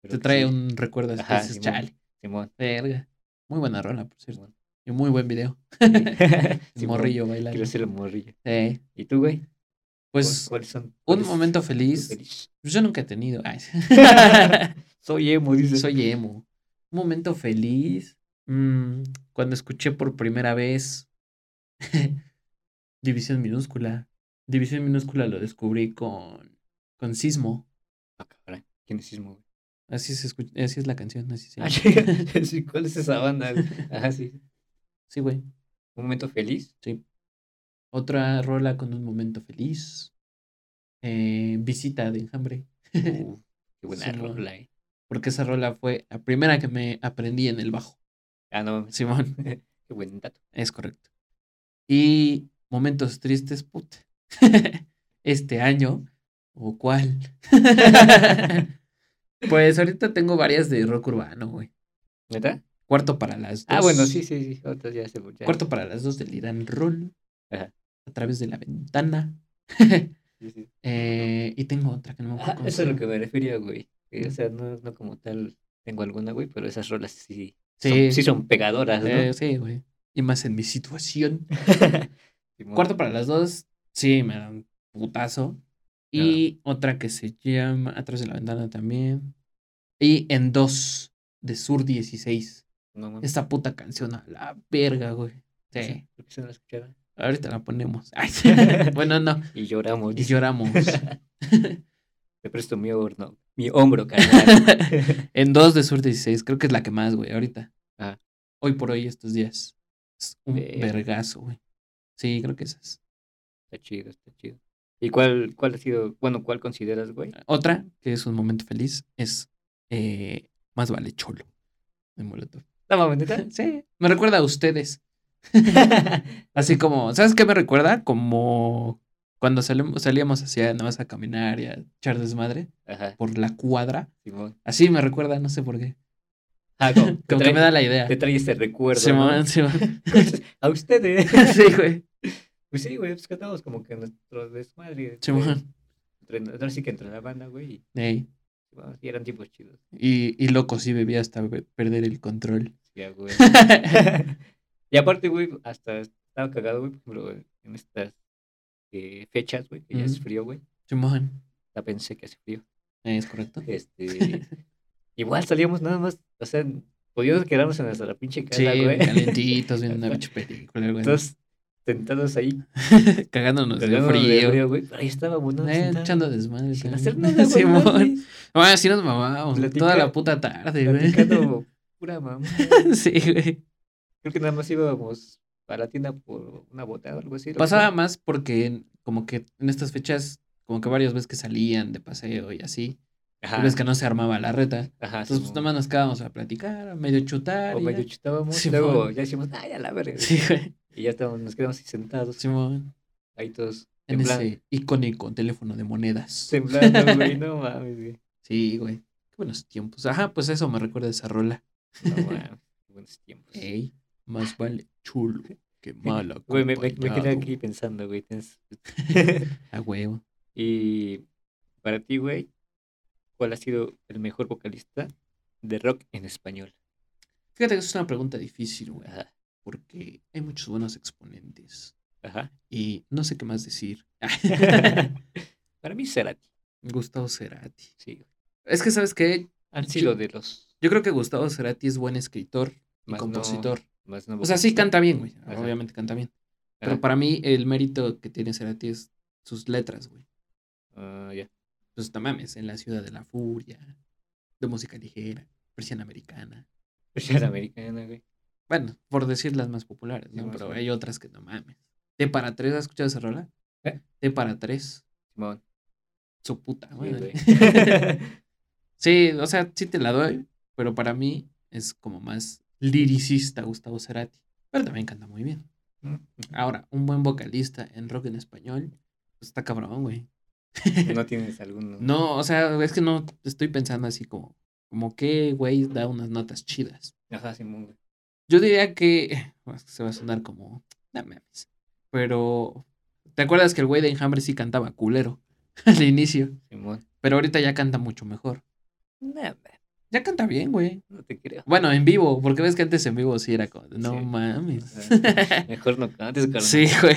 G: pero
F: Te
G: que
F: trae
G: sí.
F: un recuerdo así.
G: Ajá,
F: dices,
G: Simón.
F: chale.
G: Simón.
F: Verga. Muy buena rola, por cierto.
G: Simón.
F: Y muy buen video. El
G: Simón.
F: morrillo bailando.
G: Quiero ser el morrillo.
F: Sí.
G: ¿Y tú, güey? ¿Cuál-
F: Pues
G: ¿Cuáles son?
F: un
G: cuáles
F: momento
G: son
F: feliz.
G: feliz?
F: Pues yo nunca he tenido. Ay.
G: Soy emo, dice.
F: Soy emo. Un momento feliz. mm, cuando escuché por primera vez División Minúscula. División Minúscula lo descubrí con, con Sismo.
G: Ah, cabrón. ¿Quién es Sismo, güey?
F: Así, se escu- así es la canción. Así se
G: Ah,
F: llama.
G: chinga, sí, ¿Cuál es esa banda? güey? Ajá, sí.
F: Sí, güey.
G: ¿Un momento feliz?
F: Otra rola con un momento feliz. Eh, visita de enjambre.
G: Uh, qué buena
F: Simón.
G: rola, eh.
F: Porque esa rola fue la primera que me aprendí en el bajo.
G: Ah, no mames.
F: Simón.
G: Qué buen dato.
F: Es correcto. Y momentos tristes, puta. este año, ¿o cuál? pues ahorita tengo varias de rock urbano, güey.
G: ¿Neta?
F: Cuarto para las dos.
G: Ah, bueno, sí, sí, sí. Otras ya se ya.
F: Cuarto para las dos del Irán Roll.
G: Ajá.
F: A través de la ventana.
G: Sí, sí.
F: Eh, y tengo otra que no me acuerdo
G: Ajá,
F: cómo
G: Ah, eso
F: se
G: es lo
F: llama.
G: que me refería, güey. Eh, O sea, no, no como tal tengo alguna, güey, pero esas rolas sí.
F: Sí.
G: Son, sí son pegadoras, ¿no?
F: Eh, sí, güey. Y más en mi situación.
G: Simón.
F: Cuarto para las dos, sí, me da un putazo. Y otra que se llama Atrás de la ventana también. Y en dos, de Sur 16.
G: No mames.
F: Esta puta canción a la verga, güey. Sí.
G: Creo que se no la escuchaba.
F: Ahorita la ponemos. Ay, bueno, no.
G: Y lloramos.
F: Y
G: dice.
F: lloramos.
G: Te presto mi hombro, mi hombro, carnal.
F: En dos de Sur 16, creo que es la que más, güey, ahorita.
G: Ajá.
F: Hoy por hoy, estos días. Es un
G: Verga.
F: vergazo, güey. Sí, creo que esa es.
G: está chido, está chido. ¿Y cuál, cuál ha sido, bueno, cuál consideras, güey?
F: Otra, que es un momento feliz, es eh, Más vale cholo. De Molotov.
G: La mames, neta.
F: Sí, me recuerda a ustedes. Así como, ¿sabes qué me recuerda? Como cuando salem- salíamos hacia nada más a caminar y a echar desmadre
G: Ajá,
F: por la cuadra.
G: Simón.
F: Así me recuerda, no sé por qué.
G: Ah, como, te
F: Como
G: trae,
F: que me da la idea.
G: te trae ese recuerdo. ¿no?
F: Simón, Simón.
G: A ustedes.
F: Sí, güey.
G: Pues sí, güey, pues cantamos como que nuestro desmadre. güey.
F: Simón.
G: Entre- Ahora sí que entre la banda, güey. Y,
F: Ey,
G: bueno, sí eran tipos chidos.
F: Y, y loco, sí bebía hasta be- perder el control.
G: Sí, a huevo. y aparte, güey, hasta estaba cagado, güey, por ejemplo, en estas eh, fechas, güey, que ya es
F: Ujú.
G: frío, güey.
F: Simón.
G: Ya pensé que hace frío.
F: Eh, ¿Es correcto?
G: Este, igual salíamos nada más, o sea, podíamos quedarnos en nuestra pinche casa,
F: Sí,
G: güey.
F: calientitos, viendo una pinche película, güey.
G: Todos sentados ahí,
F: Cagándonos de
G: cagándonos de
F: frío.
G: frío, güey. Pero ahí estábamos, ¿no?
F: Eh,
G: Sentados,
F: echando desmadre.
G: sin
F: también.
G: hacer nada, güey.
F: Simón.
G: más, güey,
F: Ah, sí nos mamábamos güey, toda la
G: Platica-
F: puta tarde, güey.
G: Platicando pura mamá.
F: Sí, güey.
G: Creo que nada más íbamos a la tienda por una botella o algo así. lo que
F: Pasaba
G: sea.
F: más porque como que en estas fechas, como que varias veces que salían de paseo y así,
G: Ajá,
F: y ves que no se armaba la reta.
G: ajá,
F: Entonces, pues
G: Simón.
F: nada más nos quedábamos a platicar, a medio chutar.
G: O
F: y
G: medio
F: ya.
G: chutábamos,
F: Simón.
G: luego ya decimos, ay, a la verga.
F: Sí, güey.
G: Y ya estábamos, nos quedamos ahí sentados,
F: Simón.
G: ahí todos
F: En
G: temblando,
F: ese icónico teléfono de monedas.
G: temblando, güey, no mames, güey.
F: Sí, güey. Qué buenos tiempos. Ajá, pues eso me recuerda a esa rola.
G: No mames, qué buenos tiempos.
F: Ey, más vale chulo que mala.
G: Güey, me, me, me quedé aquí pensando, güey. tienes-
F: A huevo.
G: y para ti, güey, ¿cuál ha sido el mejor vocalista de rock en español?
F: Fíjate que es una pregunta difícil, güey.
G: Ajá,
F: porque hay muchos buenos exponentes
G: ajá.
F: y no sé qué más decir.
G: para mí, Cerati,
F: Gustavo Cerati.
G: sí. güey.
F: Es que, ¿sabes qué?
G: Han
F: Yo-
G: sido de los
F: Yo creo que Gustavo Cerati es buen escritor y
G: Más no-
F: compositor.
G: más no
F: O sea, sí
G: vocalista.
F: canta bien, güey.
G: Ajá.
F: Obviamente canta bien.
G: Ajá.
F: Pero para mí el mérito que tiene Cerati es sus letras, güey.
G: Ah, ya.
F: Pues no mames, en la ciudad de la furia, de música ligera, persiana americana.
G: Versión americana, güey.
F: Bueno, por decir las más populares,
G: Sí,
F: ¿no?
G: más
F: Pero
G: o-
F: hay otras que no mames. T para tres, ¿has escuchado esa rola?
G: ¿Eh?
F: T para tres.
G: Simón.
F: Su puta,
G: Sí,
F: madre.
G: güey.
F: Sí, o sea, sí te la doy, pero para mí es como más liricista Gustavo Cerati. Pero también canta muy bien. Ahora, un buen vocalista en rock en español, pues está cabrón, güey.
G: No tienes alguno.
F: No, o sea, es que no estoy pensando así como, como que, güey, da unas notas chidas.
G: Ajá, Simón, güey.
F: Yo diría que pues, se va a sonar como, no mames. Pero, ¿te acuerdas que el güey de Enjambre sí cantaba culero al inicio?
G: Simón.
F: Pero ahorita ya canta mucho mejor.
G: Nada,
F: Ya canta bien, güey.
G: no te creo. Ah,
F: Bueno, en vivo, porque ves que antes en vivo sí era como, de, no
G: Sí.
F: mames.
G: Ajá. Mejor no cantes, carnal.
F: Sí, güey.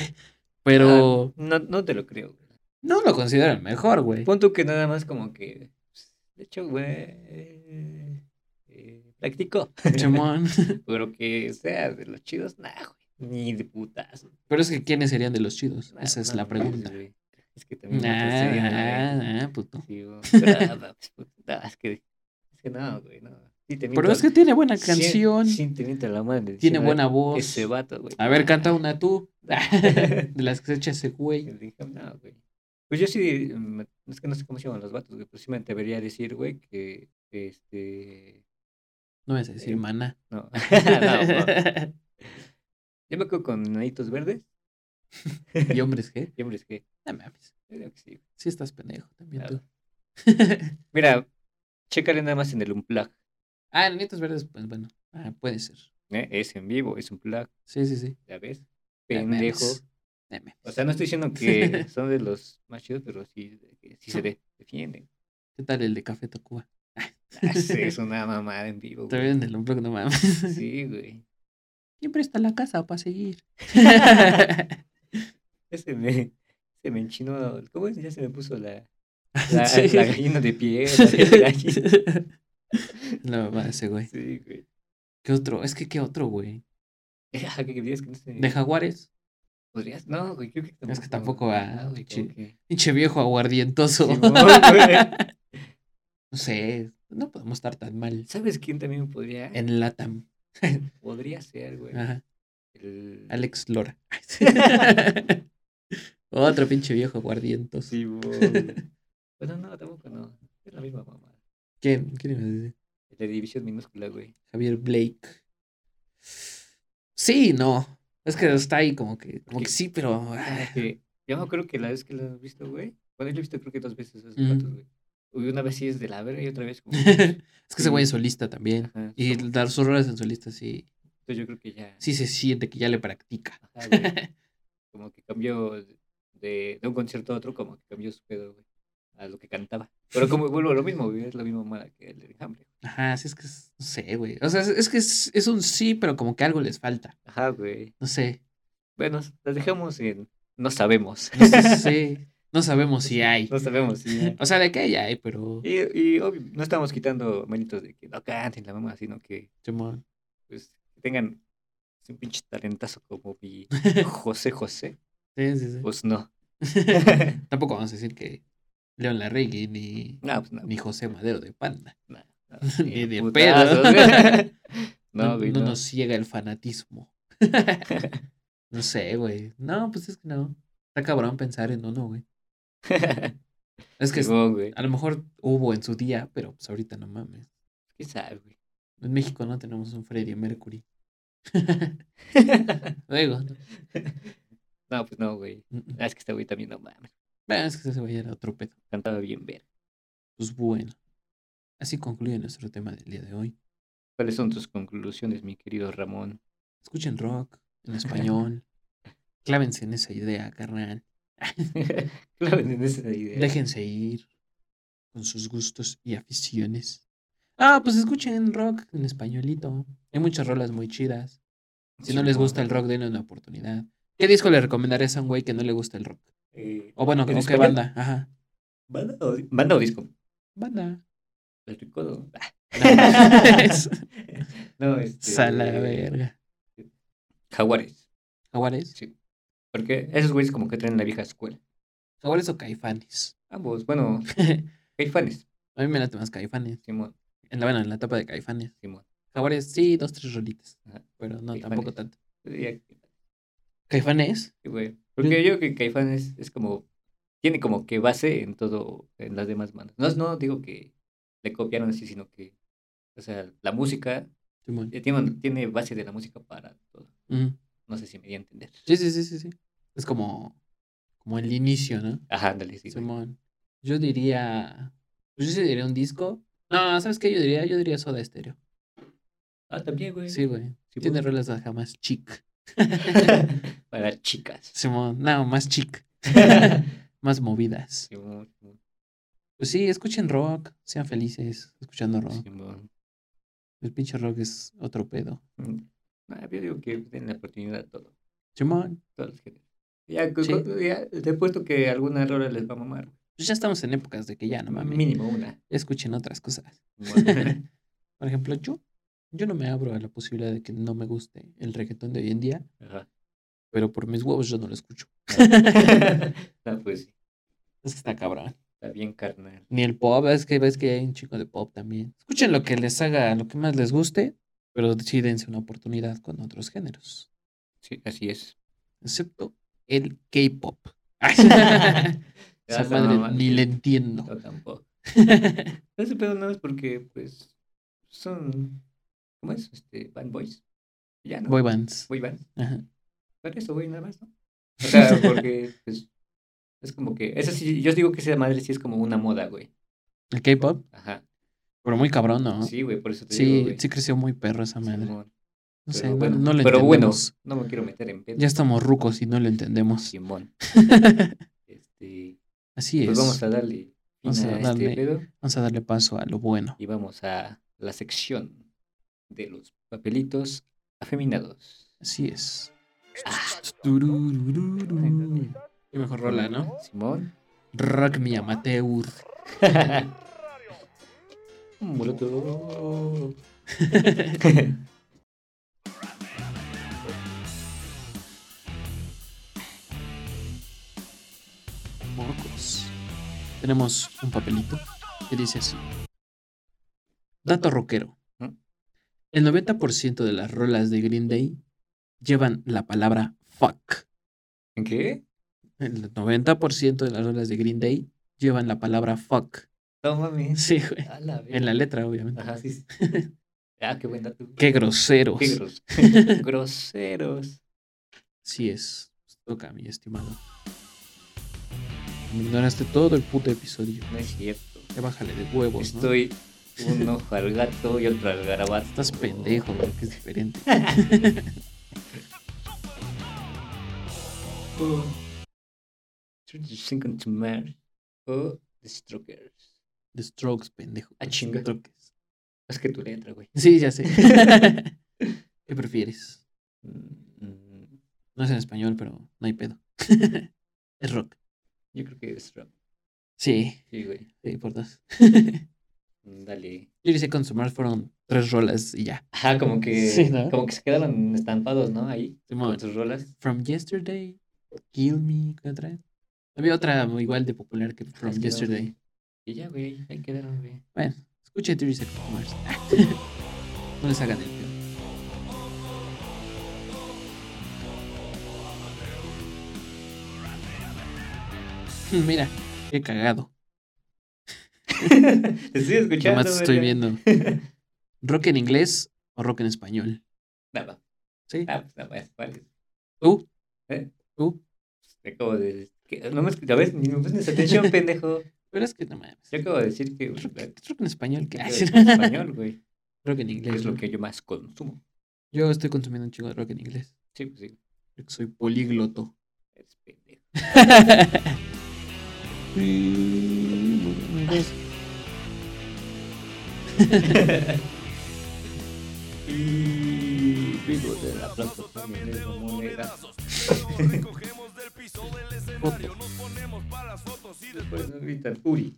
F: Pero
G: Ah, no, no te lo creo. güey.
F: no lo considero el mejor, güey.
G: Pon tú que nada más como que. pues, De hecho, güey. eh, eh, practicó.
F: Chimón.
G: Pero que sea de los chidos, nah, güey. Ni de putas.
F: Pero es que, ¿quiénes serían de los chidos?
G: Nah,
F: Esa es
G: no
F: la
G: mames,
F: pregunta.
G: güey. Es que también. no te sé,
F: Nah,
G: güey.
F: nah, puto.
G: Sí, güey. Pero, no, pues, puta, es que. Es que no, güey, no. Sí te
F: Pero
G: miento-
F: es que tiene buena
G: sí-
F: canción.
G: sí te miento la madre.
F: Tiene
G: Sí,
F: buena voz.
G: Ese vato, güey.
F: A ver,
G: nah.
F: canta una tú. De las que se echa ese
G: Y
F: güey.
G: le dije, no, güey. Pues yo sí, me- es que no sé cómo se llaman los vatos, güey, pero sí me atrevería a decir, güey, que, que, este,
F: No me vas a decir
G: Eh,
F: maná.
G: no, no, no. Yo me quedo con Nanitos Verdes,
F: ¿Y hombres qué?
G: y hombres que,
F: No mames.
G: yo digo que sí.
F: Sí estás pendejo también tú.
G: Mira, chécale nada más en el Unplug,
F: Ah, Nanitos Verdes, pues bueno. Ah, puede ser.
G: ¿eh? Es en vivo, es Unplug,
F: Sí, sí, sí.
G: ya ves,
F: No
G: pendejo.
F: mames. No mames.
G: O sea, no estoy diciendo que son de los más chidos, pero sí, que sí se de- defienden.
F: ¿Qué tal el de Café Tacuba?
G: Ah, sí, es una mamada en vivo,
F: Está
G: güey.
F: bien, el blog no mames.
G: Sí, güey.
F: Siempre está la casa para seguir.
G: Se me, se me enchinó, ¿cómo es? Ya se me puso la, la,
F: Sí.
G: la gallina de pie. la piel de gallina.
F: La mamá de ese güey.
G: Sí, güey.
F: ¿Qué otro? Es que qué otro, güey.
G: Ah, ¿qué querías que no se
F: De Jaguares.
G: ¿Podrías? No, güey, creo que tampoco.
F: Es que tampoco, ah,
G: Ah, güey,
F: chi-
G: como que-
F: Pinche viejo aguardientoso.
G: Simón, güey.
F: No sé, no podemos estar tan mal.
G: ¿Sabes quién también podría?
F: En Latam.
G: Podría ser, güey.
F: Ajá.
G: El...
F: Ah, Alex Lora. Otro pinche viejo aguardientoso.
G: Sí, güey. Bueno, no, tampoco no. Es la misma mamá.
F: ¿Quién? ¿Quién iba a decir?
G: El de división minúscula, güey.
F: Javier Blake. Sí, no. Es que está ahí como que, como que sí, pero. ah,
G: que yo no creo que la vez que lo has visto, güey. Bueno, yo lo he visto creo que dos veces esos
F: Ujú.
G: vatos, güey. Y una vez sí es de la verga y otra vez como... que-
F: es que ese güey es solista también.
G: Ajá,
F: Y
G: como-
F: dar sus roles en solista sí,
G: Entonces yo creo que ya...
F: sí se siente que ya le practica.
G: ajá, güey, como que cambió de, de un concierto a otro, como que cambió su pedo, güey. A lo que cantaba. Pero como vuelvo a lo mismo, güey. Es la misma mala que el de Enjambre.
F: Ajá, sí es que es- no sé, güey. O sea, es, es que es, es un sí, pero como que algo les falta.
G: Ajá, güey.
F: No sé.
G: Bueno, las dejamos en... No sabemos.
F: No sé, sé, No sabemos si hay.
G: no sabemos. sí.
F: O sea, de qué hay, hay, pero.
G: Y, y obvio, no estamos quitando manitos de que no canten la mamá, sino que
F: Simón.
G: pues, que tengan pues, un pinche talentazo como mi José José,
F: Sí, sí, sí.
G: pues no.
F: Tampoco vamos a decir que León Larregui ni,
G: No, pues no.
F: ni José Madero de Panda.
G: no, no,
F: Ni de
G: putazos.
F: pedo.
G: no, güey, no.
F: nos ciega el fanatismo. no sé, güey. No, pues es que no. Está cabrón pensar en uno, güey. Es que es-
G: Simón, güey.
F: a lo mejor hubo en su día, pero pues ahorita no mames.
G: ¿Quién sabe, güey?
F: En México no tenemos un Freddie Mercury. Luego, ¿no?
G: no, pues no, güey.
F: Mm, mm.
G: Ah, Es que este güey también no mames.
F: Bueno, es que se vaya a otro pedo.
G: Cantaba bien ver.
F: Pues bueno. Así concluye nuestro tema del día de hoy.
G: ¿Cuáles son tus conclusiones, mi querido Ramón?
F: Escuchen rock en español. Clávense en esa idea, carnal.
G: claro, en esa idea.
F: Déjense ir con sus gustos y aficiones. Ah, pues escuchen rock en españolito. Hay muchas rolas muy chidas. Si no les
G: Simón.
F: gusta el rock, denle una oportunidad. ¿Qué disco le recomendarías a un güey que no le gusta el rock?
G: Eh,
F: O bueno, ¿o
G: ¿En
F: qué
G: español?
F: banda? Ajá.
G: ¿Banda o, banda o disco?
F: Banda.
G: El recodo.
F: mames.
G: no, este.
F: Sala verga.
G: Jaguares.
F: ¿Jaguares?
G: Sí. Porque esos güeyes como que traen la vieja escuela.
F: ¿Jaguares o caifanes?
G: Ambos, bueno,
F: a
G: hay fans.
F: mí me late más caifanes.
G: Simón,
F: En la, bueno, en la etapa de caifanes.
G: Simón.
F: Jaguares, sí, dos, tres rolitas.
G: Ajá.
F: Pero no,
G: Caifanes.
F: tampoco tanto.
G: Yo diría que
F: ¿Caifanes?
G: sí, güey. Porque yo creo que Caifán es, es como. Tiene como que base en todo. En las demás bandas. No, no digo que le copiaron así, sino que, o sea, la música,
F: Simón.
G: eh, tiene, tiene base de la música para todo.
F: Ujú.
G: No sé si me di a entender.
F: Sí, sí, sí, sí, sí. Es como, como el inicio, ¿no?
G: Ajá, ándale, sí. güey.
F: Simón. Yo diría. Pues yo sí diría un disco. No, ¿sabes qué? Yo diría, yo diría soda estéreo.
G: Ah, también, güey.
F: Sí, güey.
G: Sí,
F: Tiene
G: güey.
F: rolas acá más chic.
G: para chicas.
F: Simón, no, más chic. más movidas.
G: Simón, Simón,
F: Pues sí, escuchen rock, sean felices escuchando rock.
G: Simón.
F: El pinche rock es otro pedo.
G: Mm. Ah, yo digo que den la oportunidad a todo.
F: Simón,
G: todos los géneros. Ya, cu-
F: Sí.
G: cu- ya, te he puesto que alguna error les va a mamar.
F: pues ya estamos en épocas de que ya no mames.
G: Mínimo una.
F: Escuchen otras cosas.
G: Simón.
F: Por ejemplo, yo, yo no me abro a la posibilidad de que no me guste el reggaetón de hoy en día,
G: Ajá.
F: pero por mis huevos yo no lo escucho.
G: no, pues sí,
F: Es que está cabrón.
G: está bien carnal.
F: Ni el pop, es que ves que hay un chico de pop también. Escuchen lo que les haga, lo que más les guste, pero sí dense una oportunidad con otros géneros.
G: Sí, así es.
F: Excepto el K-pop.
G: Ya
F: Esa
G: está
F: madre
G: mamá,
F: ni
G: sí.
F: le entiendo.
G: No, tampoco. Ese pedo nada más porque, pues, son, ¿cómo es? Este, band boys. Ya, ¿no?
F: Boy bands.
G: Boy band.
F: Ajá.
G: Pero eso, güey, nada más, ¿no? O sea, porque, pues, es como que, eso sí, yo digo que esa madre sí es como una moda, güey.
F: El K-pop,
G: Ajá.
F: pero muy cabrón, ¿no? Sí,
G: Sí, güey, por eso te digo,
F: Ah. sí,
G: güey.
F: creció muy perro esa madre.
G: Simón.
F: No sé,
G: Pero
F: no-
G: bueno,
F: no lo
G: pero bueno,
F: entendemos.
G: no me quiero meter en pedo.
F: Ya estamos rucos y no lo entendemos.
G: Simón. Este,
F: Así es.
G: pues vamos a darle fin
F: Vamos a
G: a
F: darle.
G: este pedo
F: darle paso a lo bueno.
G: y vamos a la sección de los papelitos afeminados.
F: Así es. Tururururu. Qué mejor rola, ¿no?
G: Simón.
F: Rock mi amateur.
G: Molotov.
F: Morcos. Tenemos un papelito que dice así. Dato rockero.
G: ¿Mm?
F: El 90% de las rolas de Green Day llevan la palabra fuck.
G: ¿En qué?
F: El 90% de las rolas de Green Day llevan la palabra fuck.
G: No mames.
F: Sí, güey.
G: A la verga.
F: En la letra, obviamente.
G: Ajá, sí. sí. Ah, qué buen dato.
F: Qué groseros.
G: Qué gros- groseros.
F: Sí es. Pues Toca, mi estimado. Me ignoraste todo el puto episodio.
G: No es cierto.
F: Ya bájale de huevos, ¿no?
G: Estoy un ojo al gato y otro al garabato.
F: Estás pendejo, güey, que es diferente.
G: Oh. 30 Seconds to Mars o The Strokers.
F: The Strokes, pendejo.
G: Ah, chinga.
F: Strokes.
G: Es que tu letra, güey.
F: Sí, ya sé. ¿Qué prefieres?
G: Mm, mm,
F: No es en español, pero no hay pedo. es rock.
G: Yo creo que The Strokers.
F: Sí,
G: Sí, güey.
F: sí, por dos.
G: Mm, Dale.
F: Yo diría que Mars fueron tres rolas y ya.
G: Ajá, como que,
F: Sí, ¿no?
G: como que se quedaron estampados, ¿no? Ahí,
F: Simón.
G: con sus rolas.
F: From Yesterday, Kill Me, ¿qué otra? Había otra igual de popular que From
G: Ah, es que no.
F: Yesterday.
G: Y ya, güey, ahí quedaron, güey.
F: Bueno, escuchen 30 Seconds to Mars. no les hagan el pedo. Mira, qué cagado.
G: Te estoy escuchando,
F: Nomás te estoy
G: verga.
F: viendo. ¿Rock en inglés o rock en español?
G: Nada,
F: Sí.
G: nada, nada más, vale.
F: ¿Tú?
G: ¿Eh?
F: ¿Tú?
G: Te acabo de decir que- No me escuchas, ¿ves? Ni me pones atención, pendejo.
F: Pero es que no mames.
G: Yo acabo de decir que...
F: Rock, rock en español, ¿qué
G: que
F: haces?
G: en español, güey.
F: rock en
G: que
F: inglés.
G: es lo
F: ¿no?
G: que yo más consumo.
F: Yo estoy consumiendo un chingo de rock en inglés.
G: Sí, pues sí.
F: Creo que soy polígloto.
G: Eres pendejo. Y vivo de la plata también es una moneda.
F: Foto.
G: Después nos gritan Uri.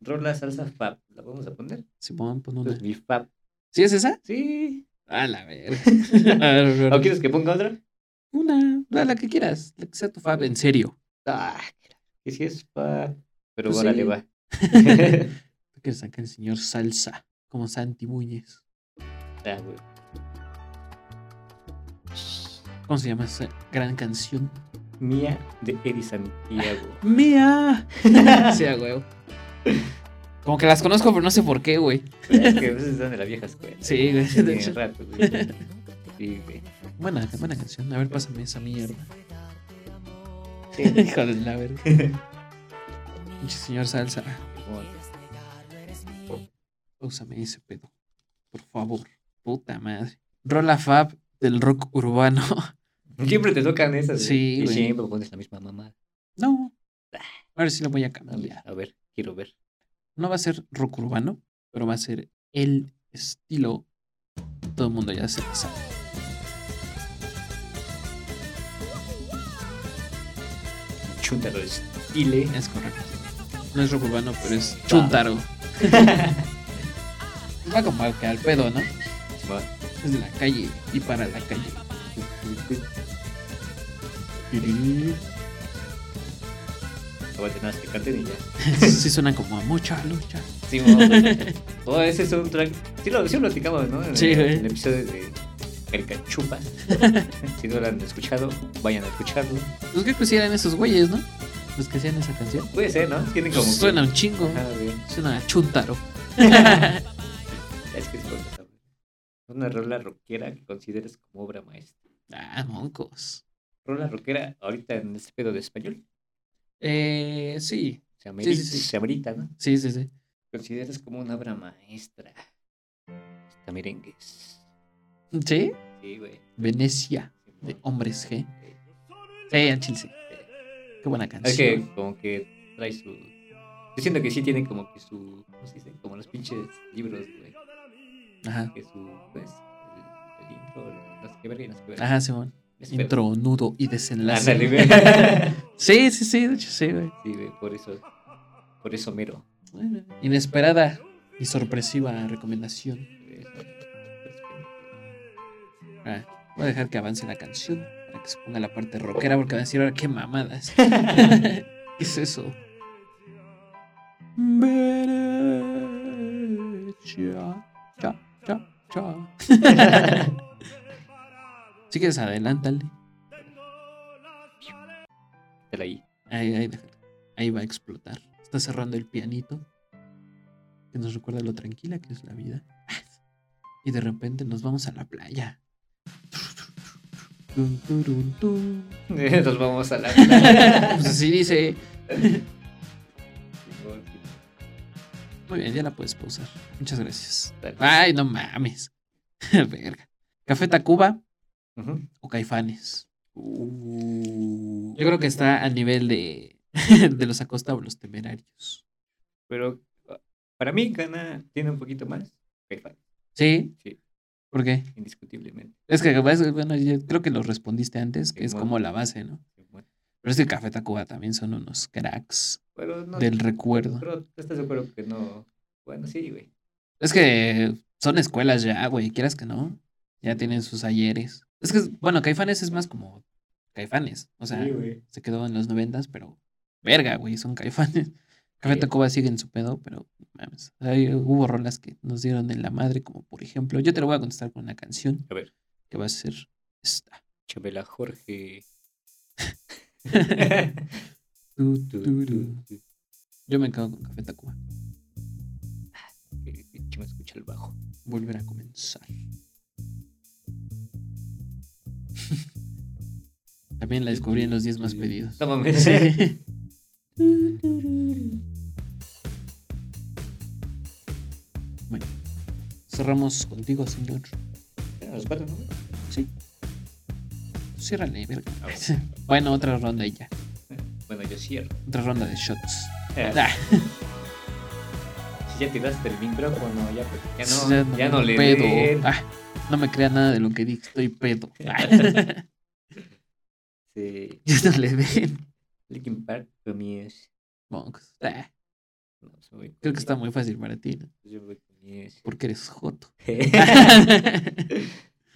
G: Rola salsa fab. ¿La vamos a poner?
F: Simón, pon
G: Esto
F: pues, una.
G: es mi fab.
F: ¿Sí es esa?
G: Sí.
F: A la verga. A ver, a ver,
G: ¿O quieres que ponga otra?
F: Una, la, la que quieras, la que sea tu fab, en serio.
G: Ah, que si es fab. Pero
F: Pues
G: ahora
F: sí.
G: le va.
F: Tú quieres sacar el señor salsa, como Santi Buñez.
G: Ah, güey.
F: ¿Cómo se llama esa gran canción?
G: Mía de Eddie Santiago.
F: ¡Mía! sí, a huevo. Como que las conozco, pero no sé por qué, güey.
G: Es que a veces son de la vieja escuela.
F: Sí, güey.
G: Tiene rato, güey. Sí, güey.
F: Buena, buena canción. A ver, pásame esa mierda.
G: Sí.
F: Hijo de la verga. Pinche señor salsa. Úsame ese pedo. Por favor. Puta madre. Rola Fab del rock urbano.
G: Siempre te tocan esas.
F: Sí,
G: Y
F: güey.
G: siempre pones la misma mamá.
F: No. A ver si lo voy a
G: A ver,
F: cambiar.
G: a ver, quiero ver.
F: No va a ser rock urbano, pero va a ser el estilo. Todo el mundo ya se la sabe.
G: Chuntaro es Chile.
F: Es correcto. No es rock urbano, pero es chuntaro. va como que al pedo, ¿no?
G: Va.
F: Es de la calle y para la calle.
G: Ahora te nada que canten y ya.
F: sí suena como a mucha lucha.
G: Sí, mo- oh, ese es un track. Sí lo, sí lo platicamos, ¿no? En
F: Sí,
G: el,
F: güey.
G: en el episodio de Caricachupas. si no lo han escuchado, vayan a escucharlo.
F: Los que pusieran esos güeyes, ¿no? Los que hacían esa canción.
G: Puede ser, ¿no? Tienen como. que- Ah,
F: Suena un chingo.
G: Ajá, güey.
F: Suena a chuntaro.
G: Es que es cosa, güey. Una rola rockera que consideres como obra maestra.
F: Ah, moncos.
G: Rola rockera, ahorita en este pedo de español,
F: Eh, sí.
G: se amerita,
F: sí, sí.
G: se amerita ¿no?
F: Sí, sí, sí.
G: Consideras como una obra maestra. Está merengues.
F: ¿Sí?
G: Sí, güey.
F: Venecia de Hombres G. Sí, al chile sí. Qué buena canción.
G: Es que como que trae su... Yo siento que sí tiene como que su... ¿Cómo se dice? Como los pinches libros, güey.
F: Ajá.
G: Que su... Pues, el, el intro, las que verga y las que verga.
F: Ajá, Simón.
G: Es pedo.
F: Intro, nudo y desenlace.
G: Ándale, güey.
F: Sí, sí, sí, de hecho sí, güey.
G: Sí, güey, por eso... Por eso mero.
F: Bueno, Inesperada y sorpresiva recomendación.
G: güey. pues,
F: Ah, voy a dejar que avance la canción para que se ponga la parte rockera porque va a decir ahora qué mamadas. ¿Qué es eso? Venecia. Cha, cha, cha. Si quieres, adelántale.
G: Dale ahí.
F: Ahí, ahí, déjalo. Ahí va a explotar. Está cerrando el pianito. Que nos recuerda lo tranquila que es la vida. Y de repente nos vamos a la playa. Tun, turun, tun.
G: Nos vamos a la...
F: Pues así dice. Muy bien, ya la puedes pausar. Muchas gracias.
G: Dale.
F: Ay, no mames. Verga. Café Tacuba
G: Ujú.
F: o Caifanes.
G: Uh.
F: Yo creo que está al nivel de, de los Acosta o los Temerarios.
G: Pero ah, para mí gana, tiene un poquito más. Caifanes,
F: ¿Sí?
G: Sí.
F: ¿Por qué?
G: indiscutiblemente.
F: Es que, pues, bueno, yo creo que lo respondiste antes, que es
G: Simón.
F: como la base, ¿no? Pero es que Café Tacuba también son unos cracks
G: Pero no,
F: del recuerdo.
G: pero tú estás de acuerdo que no. Bueno, sí, güey.
F: Es que son escuelas ya, güey, quieras que no. Ya tienen sus ayeres. Es que, bueno, Caifanes es más como Caifanes. O sea,
G: Sí, güey.
F: se quedó en los noventas, pero verga, güey, son Caifanes. Café
G: Sí.
F: Tacuba sigue en su pedo, pero mames. Ahí hubo rolas que nos dieron en la madre, como por ejemplo, yo te lo voy a contestar con una canción.
G: A ver.
F: Que va a ser esta.
G: Chabela Jorge.
F: Tu,
G: Tu,
F: tu,
G: tu,
F: tu.
G: tu.
F: Yo me quedo con Café Tacuba.
G: Que- que Chema escucha el bajo.
F: Volver a comenzar. También la descubrí en los 10 más pedidos.
G: No mames.
F: Sí. Bueno, cerramos contigo, señor.
G: Eran los cuatro, ¿no?
F: Sí. Ciérrale, verga.
G: Ah,
F: Bueno, otra ronda y ya.
G: Bueno, yo cierro.
F: Otra ronda de shots.
G: Eh,
F: Ah,
G: Si ya tiraste el micrófono, ya, pues, ya no,
F: Ah, ya
G: ya no, le
F: pedo.
G: den.
F: Ah, no me crea nada de lo que dije, estoy pedo. Ah,
G: Sí.
F: ya no le den.
G: Linkin Park, comies.
F: Moncos. Ah,
G: No, pues, me voy con
F: creo que está
G: Yes.
F: muy fácil para ti, ¿no?
G: Yo me voy con Yes.
F: porque eres joto.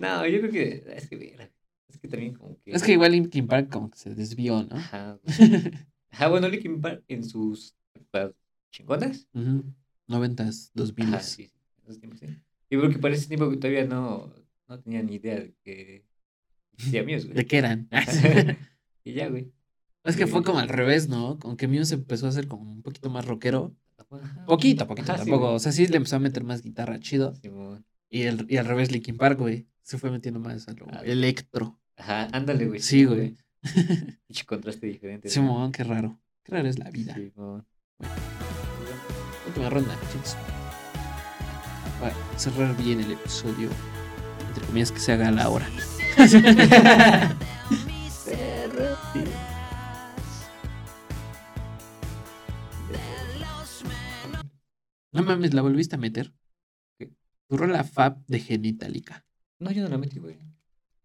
G: No, yo creo que. Es que, verga, es que también como que.
F: es que igual Linkin Park como que se desvió, ¿no?
G: Ajá, güey. Ajá, bueno, Linkin Park en sus etapas chingonas.
F: Ujú. Noventas, dos
G: Ajá,
F: miles.
G: Ah, sí, sí, en esos tiempos, sí. Yo creo que para ese tiempo que todavía no, no tenía ni idea de que existía Muse, güey.
F: ¿De qué eran?
G: Ah, y ya, güey.
F: es que fue como al revés, ¿no? Con que Muse empezó a ser como un poquito más rockero. Poquito, poquito,
G: Ajá,
F: tampoco.
G: Simón.
F: o sea, sí le empezó a meter más guitarra chido.
G: Simón.
F: Y, el, y al revés, Linkin Park, güey. Se fue metiendo más a lo
G: Ah.
F: electro.
G: Ajá, ándale, güey.
F: Sí, güey.
G: Pinche contraste diferente. ¿no?
F: Simón, qué raro. Qué raro es la vida.
G: Simón.
F: Última ronda, chicos. Para cerrar bien el episodio. Entre comillas, que se haga a la hora. No mames, la volviste a meter.
G: ¿Qué?
F: Tu rola Fab de Genitalica.
G: No, yo no la metí, güey.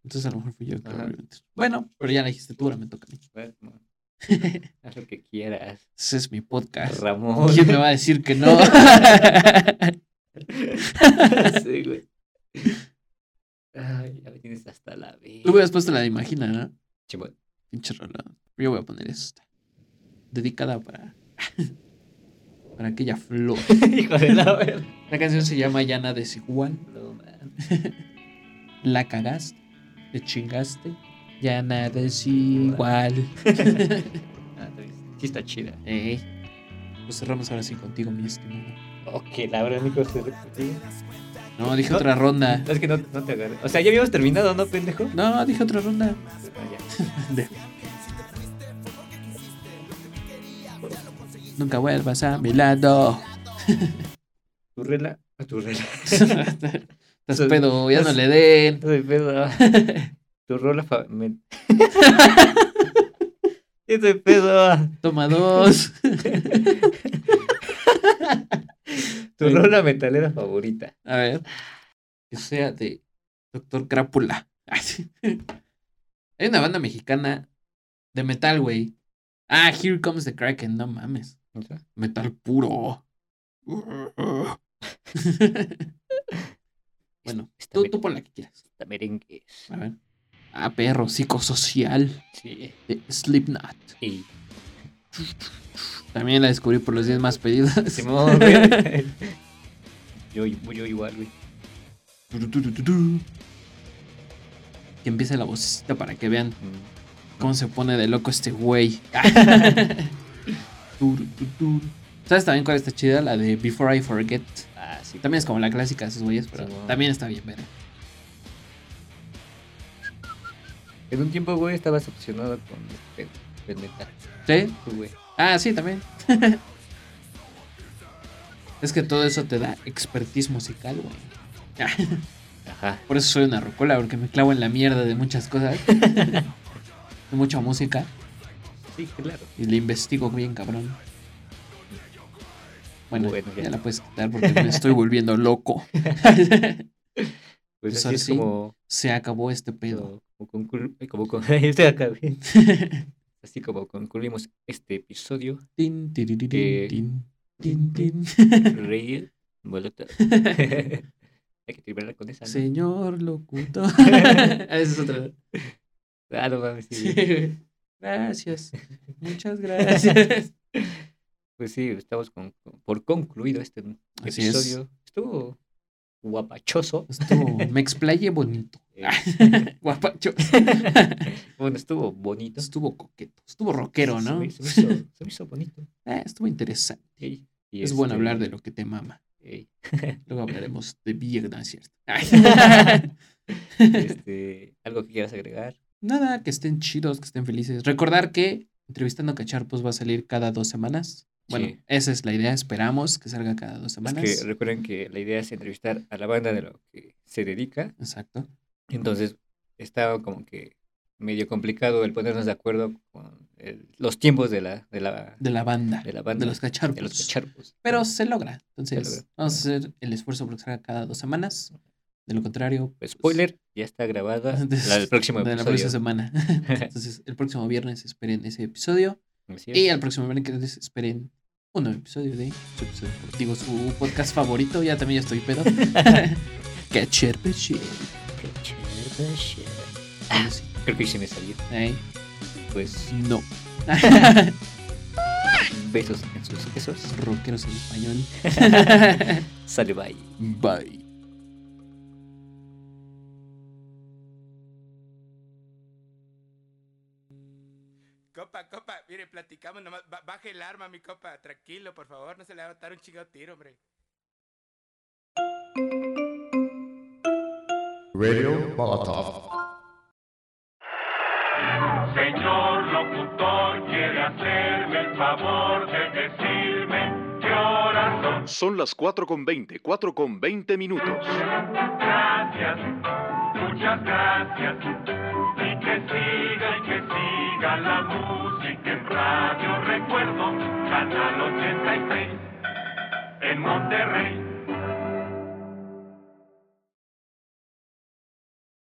F: Entonces a lo mejor fui yo que la
G: Ajá.
F: volví a meter. Bueno, pero ya la dijiste tú, ahora me toca a mí.
G: A ver, Simón. Haz lo que quieras.
F: Ese es mi podcast.
G: Ramón.
F: ¿Quién me va a decir que no?
G: sí, güey. Ay, ya me tienes hasta la vez.
F: Tú hubieras puesto la de Imagina, ¿no?
G: Simón.
F: Pinche rola. Yo voy a poner esta. Dedicada para. para aquella flor.
G: Hijo de la ver.
F: La canción se llama Llana Desigual.
G: No, man.
F: La cagaste. Te chingaste. Ya nada es igual.
G: Ah, está bien. Sí está chida.
F: Ey. Eh, Pues cerramos ahora sí contigo, mi estimado.
G: Ok, la verdad, Nico, se
F: No, dije otra ronda.
G: No, es que no, no te agarré. O sea, ya habíamos terminado, ¿no, pendejo?
F: No, dije otra ronda.
G: Ah, ya.
F: De- Nunca vuelvas a mi lado.
G: Tu rela. A Ah, tu rela.
F: Estás pedo, ya no le den.
G: No de pedo. ah. Tu rola fa... me- Yo soy pedo. ah.
F: Toma dos.
G: Tu rola metalera favorita.
F: A ver. Que sea de Doctor Crápula. Ay, sí. Hay una banda mexicana de metal, güey. Ah, Here Comes the Kraken, no mames. Metal puro. bueno,
G: Está,
F: tú,
G: mer-
F: tú pon la que quieras.
G: está merengues.
F: A ver. Ah, perro, psicosocial
G: Sí.
F: de Slipknot.
G: Y
F: También la descubrí por los 10 más pedidos.
G: Simón, güey. Yo, yo igual, güey.
F: Que empiece la vocecita para que vean
G: Mm.
F: cómo se pone de loco este güey. Turu, tu, tu. ¿Sabes también cuál está chida? La de Before I Forget.
G: Ah, sí.
F: También es como la clásica de esos güeyes, pero
G: Sí, no.
F: también está bien, verga.
G: En un tiempo, güey, estabas obsesionado con este el metal.
F: ¿Sí?
G: Tú, güey.
F: Ah, sí, también. es que todo eso te da expertise musical, güey.
G: Ajá.
F: Por eso soy una rocola, porque me clavo en la mierda de muchas cosas. de mucha música.
G: Sí, claro.
F: Y le investigo bien, cabrón. Bueno,
G: Bueno,
F: ya.
G: ya.
F: la puedes quitar porque me estoy volviendo loco.
G: Pues
F: Pues
G: así
F: ahora
G: es
F: sí.
G: como,
F: Se acabó este pedo.
G: como, conclu- ay, como con- estoy acá, güey. Así como concluimos este episodio.
F: Tin, tiririrín,
G: Eh.
F: tin, tin, tin.
G: Rey Molotov. Hay que terminar con esa. ¿no?
F: Señor locuto. Esa es otra.
G: Ah, no mames, sí,
F: Sí,
G: güey.
F: güey. Gracias. Muchas gracias.
G: Pues sí, estamos con- con- por concluido este
F: Así es.
G: episodio. Estuvo guapachoso.
F: Estuvo, me explayé bonito.
G: Eh,
F: Guapacho.
G: bueno, estuvo bonito.
F: Estuvo coqueto. Estuvo rockero,
G: Se
F: ¿no?
G: me, se me hizo, se me hizo bonito.
F: Eh, estuvo interesante.
G: Ey, y
F: Es bueno
G: este,
F: hablar de lo que te mama.
G: ey,
F: Luego hablaremos de Vietnam, ¿cierto?
G: este, algo que quieras agregar.
F: Nada, que estén chidos, que estén felices. Recordar que Entrevistando a Cacharpos va a salir cada dos semanas. Bueno,
G: Sí.
F: esa es la idea. Esperamos que salga cada dos semanas.
G: Es que recuerden que la idea es entrevistar a la banda de lo que se dedica.
F: Exacto.
G: Entonces estaba como que medio complicado el ponernos de acuerdo con el- los tiempos de la, de la,
F: De la banda.
G: de
F: De,
G: la banda,
F: los Cacharpos.
G: de los cacharpos.
F: Pero se logra. Entonces,
G: logra.
F: vamos a hacer el esfuerzo por que salga cada dos semanas. De lo contrario.
G: Pues, spoiler, ya está grabada
F: Entonces,
G: la del próximo
F: de
G: episodio.
F: la próxima semana. Entonces, el próximo viernes esperen ese episodio.
G: Así es.
F: Y al próximo viernes esperen un nuevo episodio de su, episodio- digo, su podcast favorito. Ya también ya estoy pedo. Catcher Peche.
G: Creo que se me salió.
F: Ay,
G: Pues
F: no.
G: besos en sus besos.
F: Rockeros en español.
G: Sale bye.
F: Bye.
E: Copa, copa, bien.
A: Mire, platicamos nomás. ba- baje el arma, mi copa. Tranquilo, por favor. No se le va a dar un chingado tiro, hombre.
B: Radio Molotov.
H: Señor locutor, quiere hacerme el favor de decirme qué horas son.
I: Son las 4 con 20, 4 con 20 minutos.
H: Gracias, muchas gracias. Y que siga y que siga la música en Radio Recuerdo, Canal 86, en Monterrey.